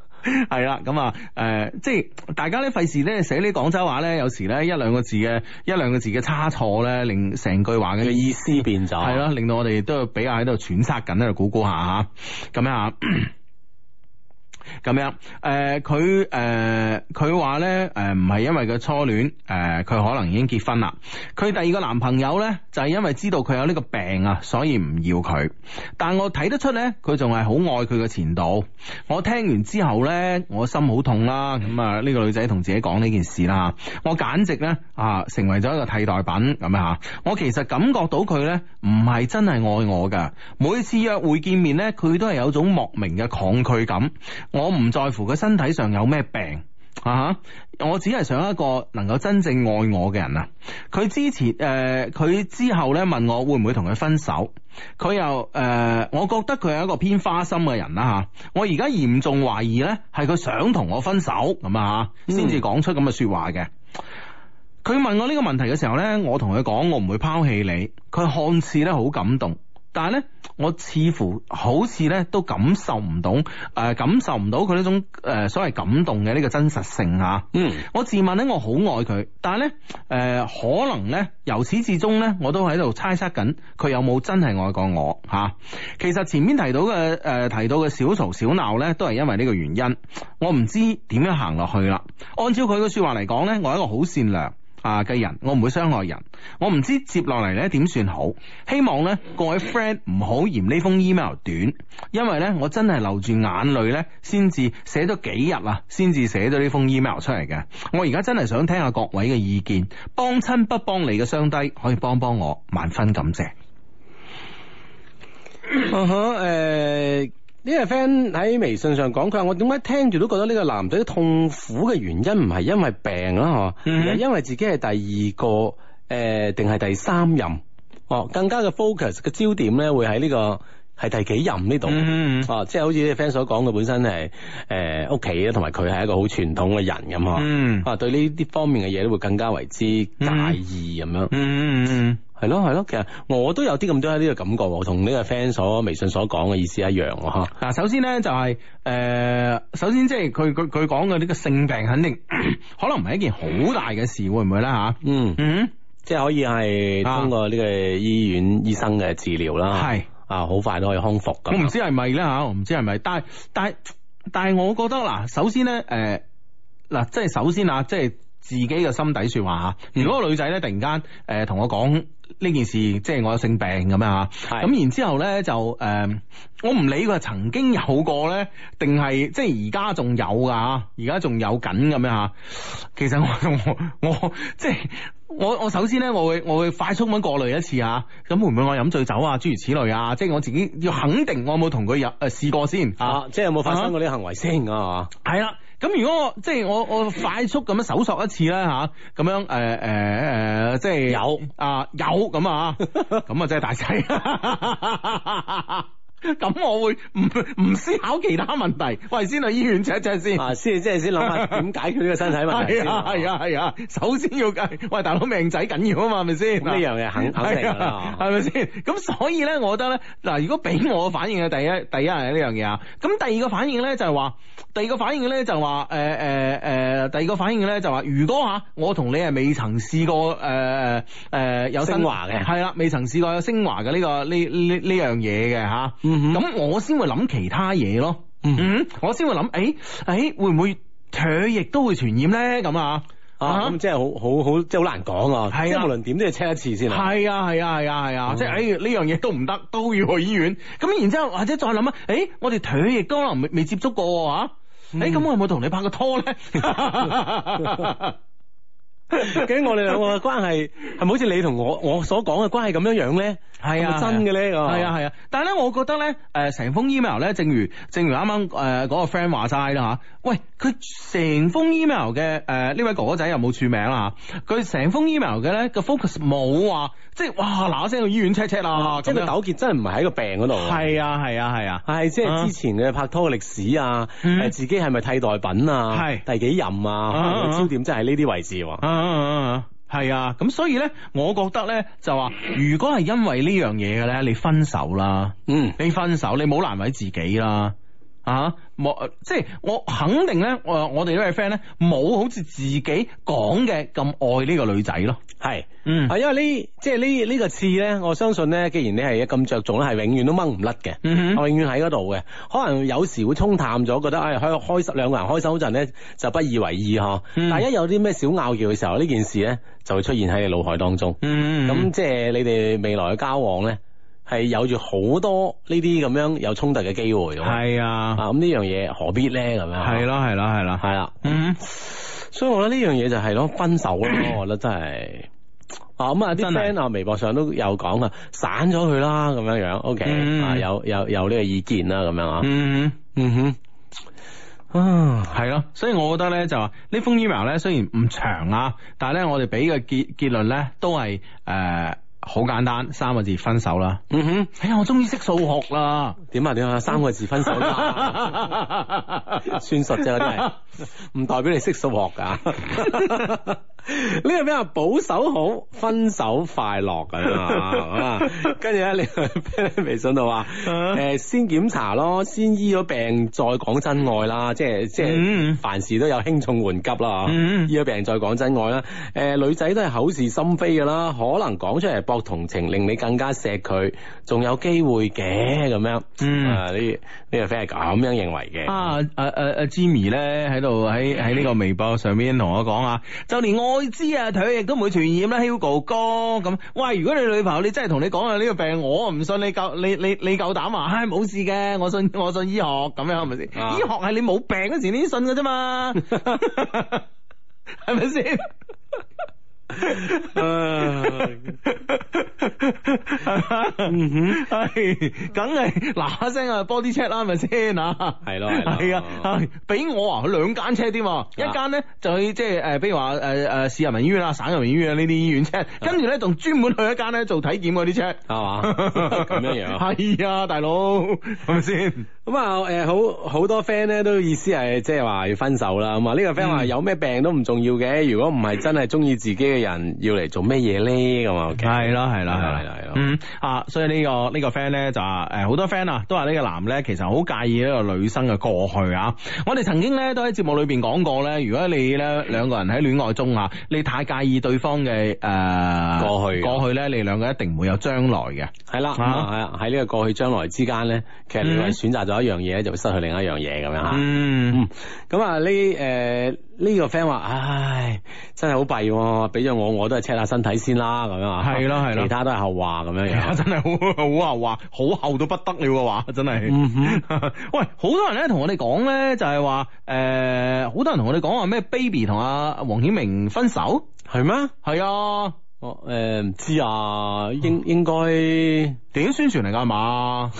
係啦，咁啊，誒、即係大家咧，費事咧寫呢廣州話咧，有時咧一兩個字嘅一兩個字嘅差錯咧，令成句話嘅
嘅意思變咗，
係咯，令到我哋都要比較喺度揣測緊，喺度估估下吓，咁樣啊。咁樣，啊誒佢誒佢話咧，誒唔係因為佢初戀，誒、佢可能已經結婚啦。佢第二個男朋友咧，就係、因為知道佢有呢個病啊，所以唔要佢。但我睇得出咧，佢仲係好愛佢嘅前度。我聽完之後咧，我心好痛啦。咁啊，呢個女仔同自己講呢件事啦，我簡直咧啊，成為咗一個替代品咁樣吓。我其實感覺到佢咧唔係真係愛我噶，每次約會見面咧，佢都係有種莫名嘅抗拒感。我唔在乎佢身體上有咩病。啊哈！我只係想一個能夠真正愛我嘅人啊！佢之前誒，佢、之後咧問我會唔會同佢分手，佢又誒、呃我覺得佢係一個偏花心嘅人啦嚇、啊我而家嚴重懷疑咧係佢想同我分手咁啊嚇，先至講出咁嘅説話嘅。佢問我呢個問題嘅時候呢，我同佢講我唔會拋棄你。佢看似咧好感動，但係呢，我似乎好似呢都感受唔到，誒、呃感受唔到佢呢種誒、呃所謂感動嘅呢個真實性啊。
嗯，
我自問咧，我好愛佢，但係咧，誒、可能咧，由始至終咧，我都喺度猜測緊佢有冇真係愛過我吓、其實前面提到嘅誒、呃提到嘅小吵小鬧咧，都係因為呢個原因。我唔知點樣行落去啦。按照佢嘅說話嚟講咧，我係一個好善良。啊嘅人，我唔會傷害人，我唔知接落嚟咧點算好。希望咧各位 friend 唔好嫌呢封 email 短，因為咧我真係流住眼淚咧，先至寫咗幾日啊，先至寫咗呢封 email 出嚟嘅。我而家真係想聽下各位嘅意見，幫親不幫你嘅雙低可以幫幫我，萬分感謝。
嗯哼，誒呢個 friend 喺微信上講，佢話我點解聽住都覺得呢個男仔痛苦嘅原因唔係因為病啦，嗬、
嗯
而係因為自己係第二個誒，呃定、係第三任，哦，更加嘅 focus 嘅焦點咧會喺呢、個係第幾任呢度。
嗯
哦，即係好似你 friend 所講，佢本身係呃誒屋企咧，同埋佢係一個好傳統嘅人咁嗬，
嗯
啊對呢啲方面嘅嘢都會更加為之介意咁樣。
嗯嗯
係咯係咯，其實我都有啲咁多呢個感覺喎，同呢個 friend 所微信所講嘅意思一樣喎嚇。
嗱，首先咧就係、呃首先即係佢佢佢講嘅呢個性病，肯定 可能唔係一件好大嘅事，會唔會咧吓？
嗯，
嗯，
即係可以係通過呢個醫院醫生嘅治療啦，
啊係
啊，好快都可以康復
我唔
咁。啊
知係咪咧吓，我唔知係咪，但係但係但係，我覺得嗱，首先咧，誒、嗱，即係首先啊，即係自己嘅心底說話吓。
嗯
如果個女仔咧突然間誒同我講呢件事，即係我有性病咁樣吓，
係
咁然之後咧就誒、我唔理佢係曾經有過咧，定係即係而家仲有噶吓，而家仲有緊咁樣吓。其實我我我即係。我我首先咧，我會我會快速咁過濾一次吓，咁會唔會我飲醉酒啊，諸如此類啊，即係我自己要肯定我有冇同佢有誒試過先吓。
啊，即係有冇發生過呢個行為先啊？
係啦，咁如果我即係我我快速咁樣搜索一次咧吓，咁樣誒誒誒，即係
有
啊有咁啊，咁啊真係大劑。咁我會唔唔思考其他問題，喂，先去醫院 check check 先。
啊，先即係先諗 下點解決呢個身體問題
係
先。
啊係啊係啊，首先要計，喂大佬命仔緊要啊嘛，係咪先？
咁呢樣嘢肯肯定㗎啦
係咪先？咁所以咧，我覺得咧，嗱，如果俾我嘅反應嘅第一，第一係呢樣嘢啊。咁第二個反應咧就係話，第二個反應咧就話，誒誒誒，第二個反應咧就話，如果吓我同你係未曾試過誒誒有
升華嘅
係啦，未曾試過有升華嘅呢個呢呢呢樣嘢嘅吓，
嗯哼
咁我先會諗其他嘢咯。
嗯
嗯，我先會諗，誒、誒、會唔會唾液都會傳染咧？咁啊，
啊，咁即係好好好，即係好難講啊！
係啊
即係無論點都要 check 一次先啊。嗯
係啊係啊係啊係啊，即係誒呢樣嘢都唔得，都要去醫院。咁然之後或者再諗啊，誒、我哋唾液都可能未未接觸過啊，誒、
嗯
咁我有冇同你拍過拖 咧？
究竟我哋兩個嘅關係係咪好似你同我我所講嘅關係咁樣樣咧？
係啊
係咪真嘅哦咧，
係啊係啊，但係咧，我覺得咧，誒、成封 email 咧，正如正如啱啱誒嗰個 friend 話齋啦嚇，喂，佢成封 email 嘅誒呢位哥哥仔又冇署名啦嚇，佢成封 email 嘅咧個 focus 冇話，即係哇嗱嗱聲去醫院 check check 啦，
哦即係
咁樣
個糾結真係唔係喺個病嗰度。
係啊係啊係啊。
係即
啊
係之前嘅拍拖嘅歷史啊，
嗯
誒自己係咪替代品啊，
係
第幾任
啊
啊，可能個焦點真係呢啲位置喎。
啊啊啊！系啊，咁所以咧，我覺得咧就話，如果係因為呢樣嘢嘅咧，你分手啦，
嗯，
你分手，你冇難為自己啦。啊，冇，即係我肯定咧，我我哋呢位 friend 咧，冇好似自己講嘅咁愛呢個女仔咯。
係。
嗯
啊，因為呢，即係呢呢個刺咧，我相信咧，既然你係咁着重咧，係永遠都掹唔甩嘅，
嗯哼
我永遠喺嗰度嘅。可能有時會沖淡咗，覺得唉開開心，兩個人開心嗰陣咧，就不以為意呵。
嗯
但係一有啲咩小拗撬嘅時候，呢件事咧就會出現喺你腦海當中。
嗯
咁、
咁
即係你哋未來嘅交往咧，係有住好多呢啲咁樣有衝突嘅機會㗎嘛。
係啊，
啊，咁呢樣嘢何必咧咁樣？
係，啦，係啦，係啦，
係啦。
嗯，
所以我覺得呢樣嘢就係咯，分手咯，我覺得真係。啊咁啊！啲
真係
friend 啊，微博上都有講啊，散咗佢啦，咁樣樣，OK，、
嗯
啊有有有呢個意見啦，咁樣啊，
嗯。
嗯哼，啊，
系咯，所以我覺得咧就話呢封 email 咧雖然唔長啊，但係咧我哋俾嘅結結論咧都係诶好簡單三個字分手啦。
嗯哼，
哎呀，我終於識數學啦，
點啊點啊，三個字分手 啦，算術啫，真係唔代表你識數學噶。 呢個咩啊？保守好，分手快樂咁樣啊！跟住咧，你 喺微信度話
啊嗯
誒先檢查咯，先醫咗病再講真愛啦，即係即
嗯
係凡事都有輕重緩急啦。
嗯
醫咗病再講真愛啦。誒、女仔都係口是心非噶啦，可能講出嚟博同情，令你更加錫佢，仲有機會嘅咁樣。
嗯
啊呢呢、個 friend 係咁樣認為嘅。
啊！阿阿阿 Jimmy 咧喺度喺喺呢個微博上面同我講啊，就連愛滋啊佢亦都唔會傳染啦，Hugo 哥咁。喂，如果你女朋友你真係同你講啊呢個病，我唔信你夠你你你夠膽話，唉冇事嘅，我信我信醫學咁樣係咪先？
啊
醫學係你冇病嗰時你先信嘅啫 嘛， 係咪先？嗯哼，系，梗 係嗱嗱聲啊，body check 啦，係咪先啊？
係咯係咯
係啊，啊俾我啊，佢兩間 check 添喎，一間咧就去即係诶，比如話诶诶市人民醫院啊、省人民醫院啊呢啲醫院 check，跟住咧仲專門去一間咧做體檢嗰啲 check。
係嘛？ 咁樣 樣。
係啊，大佬，係咪先？
咁啊，誒、好好多 friend 咧都意思係即係話要分手啦。咁啊，呢個 friend 話
嗯
有咩病都唔重要嘅，如果唔係真係中意自己嘅人，要嚟做咩嘢咧？咁啊，OK，
係啦，係啦，
係啦
係啦，
係啦
嗯啊，所以呢、個呢、個 friend 咧就話誒好多 friend 啊，都話呢個男咧其實好介意呢個女生嘅過去啊。我哋曾經咧都喺節目裏邊講過咧，如果你咧兩個人喺戀愛中啊，你太介意對方嘅誒、
過去啊
過去咧，你兩個一定唔會有將來嘅。
係啦，咁
啊
啊係啊喺呢個過去將來之間咧，其實你
嗯
為選擇咗一樣嘢咧，就會失去另一樣嘢咁樣嚇。
嗯
嗯，咁啊呢誒呢個 friend 話，唉，真係好弊喎，俾咗我我都係 check 下身體先啦，咁樣啊，
係咯係咯
其他都係後話咁樣
係啊
樣。
真係好好厚啊，好厚到不得了嘅話，真係。
嗯哼
喂，好多人咧同我哋講咧，就係話誒，呃好多人同我哋講話咩 baby 同阿黃曉明分手，
係咩？
係啊。
我誒唔知啊，
哦
應應該。
電影宣傳嚟㗎係 嘛？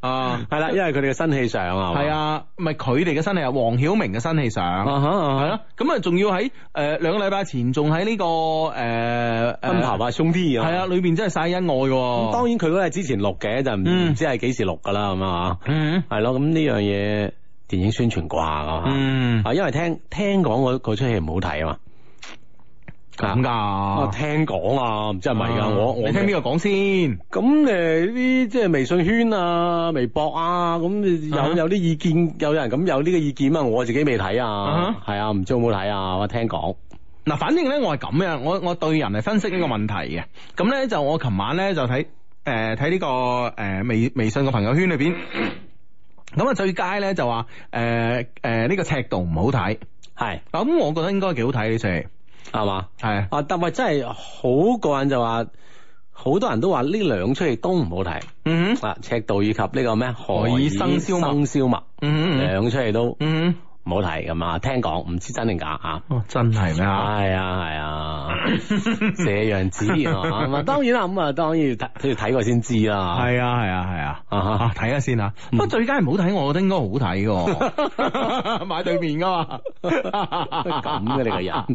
啊，
系啦，因為佢哋嘅新氣象啊，
係
嘛，
啊，咪佢哋嘅新戲啊，黃曉明嘅新戲上。
啊哈
係
啊
咯，咁啊，仲要喺誒兩個禮拜前，仲喺呢個誒
哈，呃奔跑吧兄弟啊，
係啊，，裏邊真係晒恩愛
咁
喎。
當然佢嗰係之前錄嘅，就唔
嗯
唔知係幾時錄噶啦，咁啊，
嗯
係咯，咁呢樣嘢電影宣傳啩，啊，
嗯，
啊，因為聽聽講嗰嗰出戲唔好睇啊
咁
嘛，啊，
㗎。
聽講啊，唔知係咪㗎，我我
你聽邊個講先？
咁誒呢啲即係微信圈啊、微博啊，咁
啊哈
有有啲意見，有人咁有呢個意見啊，我自己未睇
啊
啊，係啊，唔知好唔好睇啊，我聽講，
嗱，反正咧，我係咁樣，我我對人嚟分析呢個問題嘅。咁咧就我琴晚咧就睇誒睇呢個誒、呃微微信嘅朋友圈裏邊，咁啊最佳咧就話誒誒呢個尺度唔好睇。
係
嗱咁我覺得應該幾好睇呢出戲，
係嘛？
係
啊，但係真係好過癮就話，好多人都話呢兩出戲都唔好睇
嗯
啊，《赤道》以及呢個咩《
何以笙簫默
笙簫默》
嗯嗯
兩出戲都
嗯
唔好提咁啊，聽講唔知真定假啊。
哦，真係咩啊？
係啊係啊，這樣子啊，咁啊當然啦，咁啊當然要睇都要睇過先知啦。
係啊係啊係啊！
啊哈
啊，睇下先啊！不過最佳唔好睇，我覺得應該好睇嘅， 買對面噶嘛。
咁嘅你個人
啊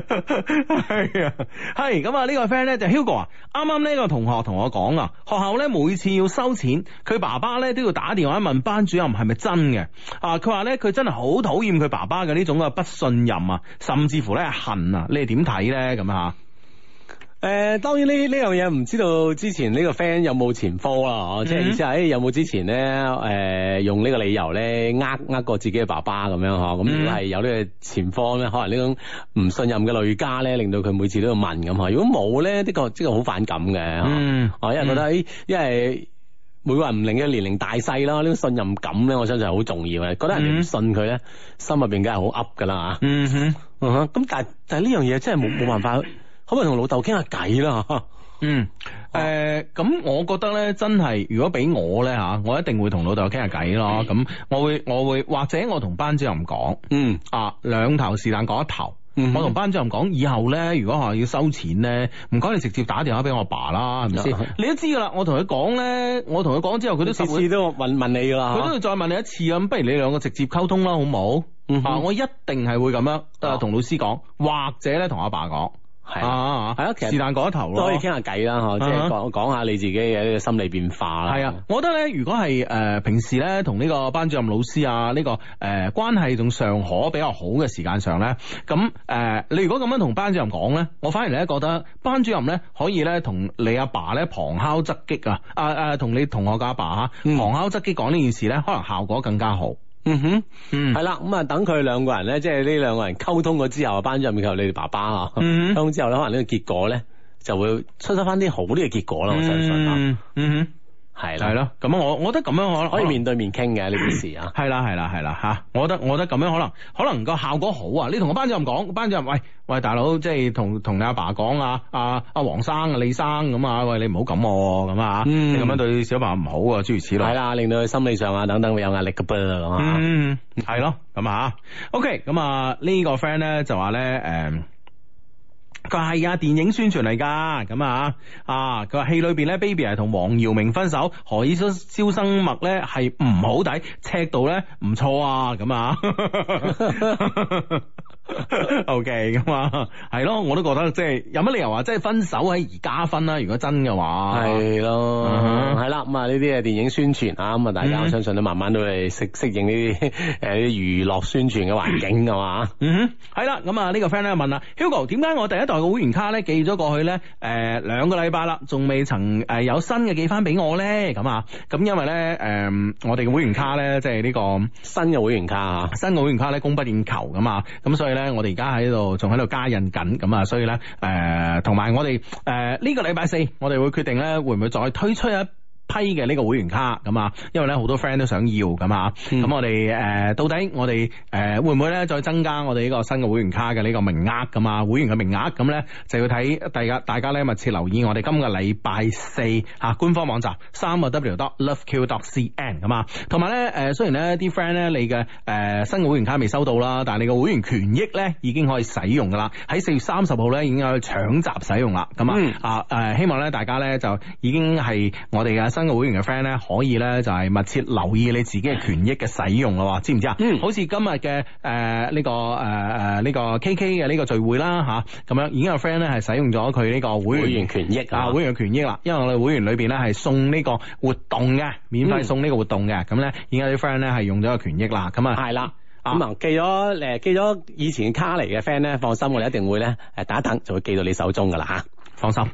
係啊，係咁啊！呢個 friend 咧就 Hugo 啊，啱啱呢個同學同我講啊，學校咧每次要收錢，佢爸爸咧都要打電話問班主任係咪真嘅啊！佢話咧佢真係好討厭佢爸爸嘅呢種嘅不信任啊，甚至乎咧恨啊！你哋點睇咧咁啊？
誒、當然呢呢樣嘢唔知道之前呢個 friend 有冇前科啦，哦即係意思係誒有冇之前咧誒、用呢個理由咧呃呃過自己嘅爸爸咁樣嗬，咁如果係有呢個前科咧，可能呢種唔信任嘅累加咧，令到佢每次都要問咁嗬。如果冇咧，的確即係好反感嘅，嗬
嗯
哦，因為覺得誒，因為。每個人唔同嘅年齡大細啦，呢種信任感咧，我相信係好重要嘅。覺得人哋唔信佢咧，心入邊梗係好噏噶啦啊嚇。
嗯哼，
嗯哼，咁但係但係呢樣嘢真係 冇冇辦法，可唔可以同老豆傾下偈啦？
嗯，誒、咁我覺得咧，真係如果俾我咧嚇，我一定會同老豆傾下偈咯。咁我會我會或者我同班主任講
嗯
啊，兩頭是但講一頭。
嗯哼
我同班主任講，以後咧，如果學校要收錢咧，唔該你直接打電話俾我爸啦，係咪先
啊？
你都知噶啦，我同佢講咧，我同佢講之後，佢都
次
實會
次啊都問問你噶啦，
佢都要再問你一次咁，不如你兩個直接溝通啦，好冇？
嗯哼
啊，我一定係會咁樣誒
啊
同老師講，或者咧同阿爸講，
嚇係啊，
啊
係啊其實
是但講一頭
都
咯
可以。傾下偈啦，嗬，即
啊
係講講下你自己嘅呢個心理變化啦。
係啊，我覺得咧，如果係誒、呃平時咧同呢個班主任老師啊，呢、個誒、呃、關係仲尚可比較好嘅時間上咧，咁誒、呃你如果咁樣同班主任講咧，我反而咧覺得班主任咧可以咧同你阿爸咧旁敲側擊啊，啊啊同你同學嘅阿爸嚇
嗯
旁敲側擊講呢件事咧，可能效果更加好。
嗯哼，
嗯
係啦，咁啊，等佢兩個人咧，即係呢兩個人溝通咗之後，班主任以及你哋爸爸啊，
嗯
溝通之後咧，可能呢個結果咧就會出得翻啲好啲嘅結果啦。我相信啊，
嗯嗯
係
哼，
啦，
係，咯，咁我我覺得咁樣可
可以
面。
面對面傾嘅呢件事啊。
係啦係啦係啦吓，我覺得我覺得咁樣可能可能個效果好啊！你同個班主任講，個班主任喂喂大佬，即係同同你阿爸講啊，阿阿黃生啊李生咁啊，喂你唔好咁喎咁啊，
嗯
你咁樣對小朋友唔好啊，諸如此類。
係啦，令到佢心理上啊等等會有壓力噶噃咁啊。
嗯，係咯，咁啊，OK，咁啊呢個 friend 咧就話咧，誒、佢話係啊，電影宣傳嚟㗎，咁啊啊，佢話戲裏邊咧，Baby 係同黃耀明分手，何以瀟瀟生墨咧係唔好睇，尺度咧唔錯啊，咁啊，OK，咁啊，係咯，我都覺得即係有乜理由話即係分手喺而家分啦，如果真嘅話，
係咯，
嗯哼
係啦，咁啊呢啲嘅電影宣傳啊，咁啊大家
嗯
我相信都慢慢都係適適應呢啲 誒啲娛樂宣傳嘅環境噶嘛。
嗯哼，係啦，咁啊呢個 friend 咧問啦，Hugo 點解我第一代嘅會員卡咧寄咗過去咧？誒、兩個禮拜啦，仲未曾誒有新嘅寄翻俾我咧，咁啊，咁因為咧誒、我哋嘅會員卡咧，即係呢個
新嘅會員卡啊，
新嘅會員卡咧供不應求噶嘛，咁所以咧我哋而家喺度仲喺度加印緊，咁啊，所以咧誒同埋我哋誒呢個禮拜四我哋會決定咧會唔會再推出一批嘅呢個會員卡咁啊，因為咧好多 friend 都想要咁啊，咁、
嗯
我哋誒、呃到底我哋誒、呃、會唔會咧再增加我哋呢個新嘅會員卡嘅呢個名額咁啊？會員嘅名額咁咧就要睇大家大家咧密切留意我哋今個禮拜四嚇、啊官方網站三個 W dot loveq dot cn 咁啊，同埋咧誒雖然咧啲 friend 咧你嘅誒、呃新嘅會員卡未收到啦，但係你嘅會員權益咧已經可以使用噶啦，喺四月三十號咧已經可以搶閘使用啦，咁啊。
嗯
啊誒、希望咧大家咧就已經係我哋嘅新嘅會員嘅 friend 咧，可以咧就係、密切留意你自己嘅權益嘅使用啦喎，知唔知啊？
嗯
好似今日嘅誒呢個誒誒呢個 KK 嘅呢個聚會啦吓，咁、樣已經有 friend 咧係使用咗佢呢個會員
會員權益啊
啊，會員嘅權益啦，因為我哋會員裏邊咧係送呢個活動嘅，免費
嗯
送呢個活動嘅，咁咧已經有啲 friend 咧係用咗個權益啦，咁啊
係啦。
啊
咁啊，寄咗誒寄咗以前卡嚟嘅 friend 咧，放心，我哋一定會咧誒打一等，就會寄到你手中噶啦嚇。啊
放心。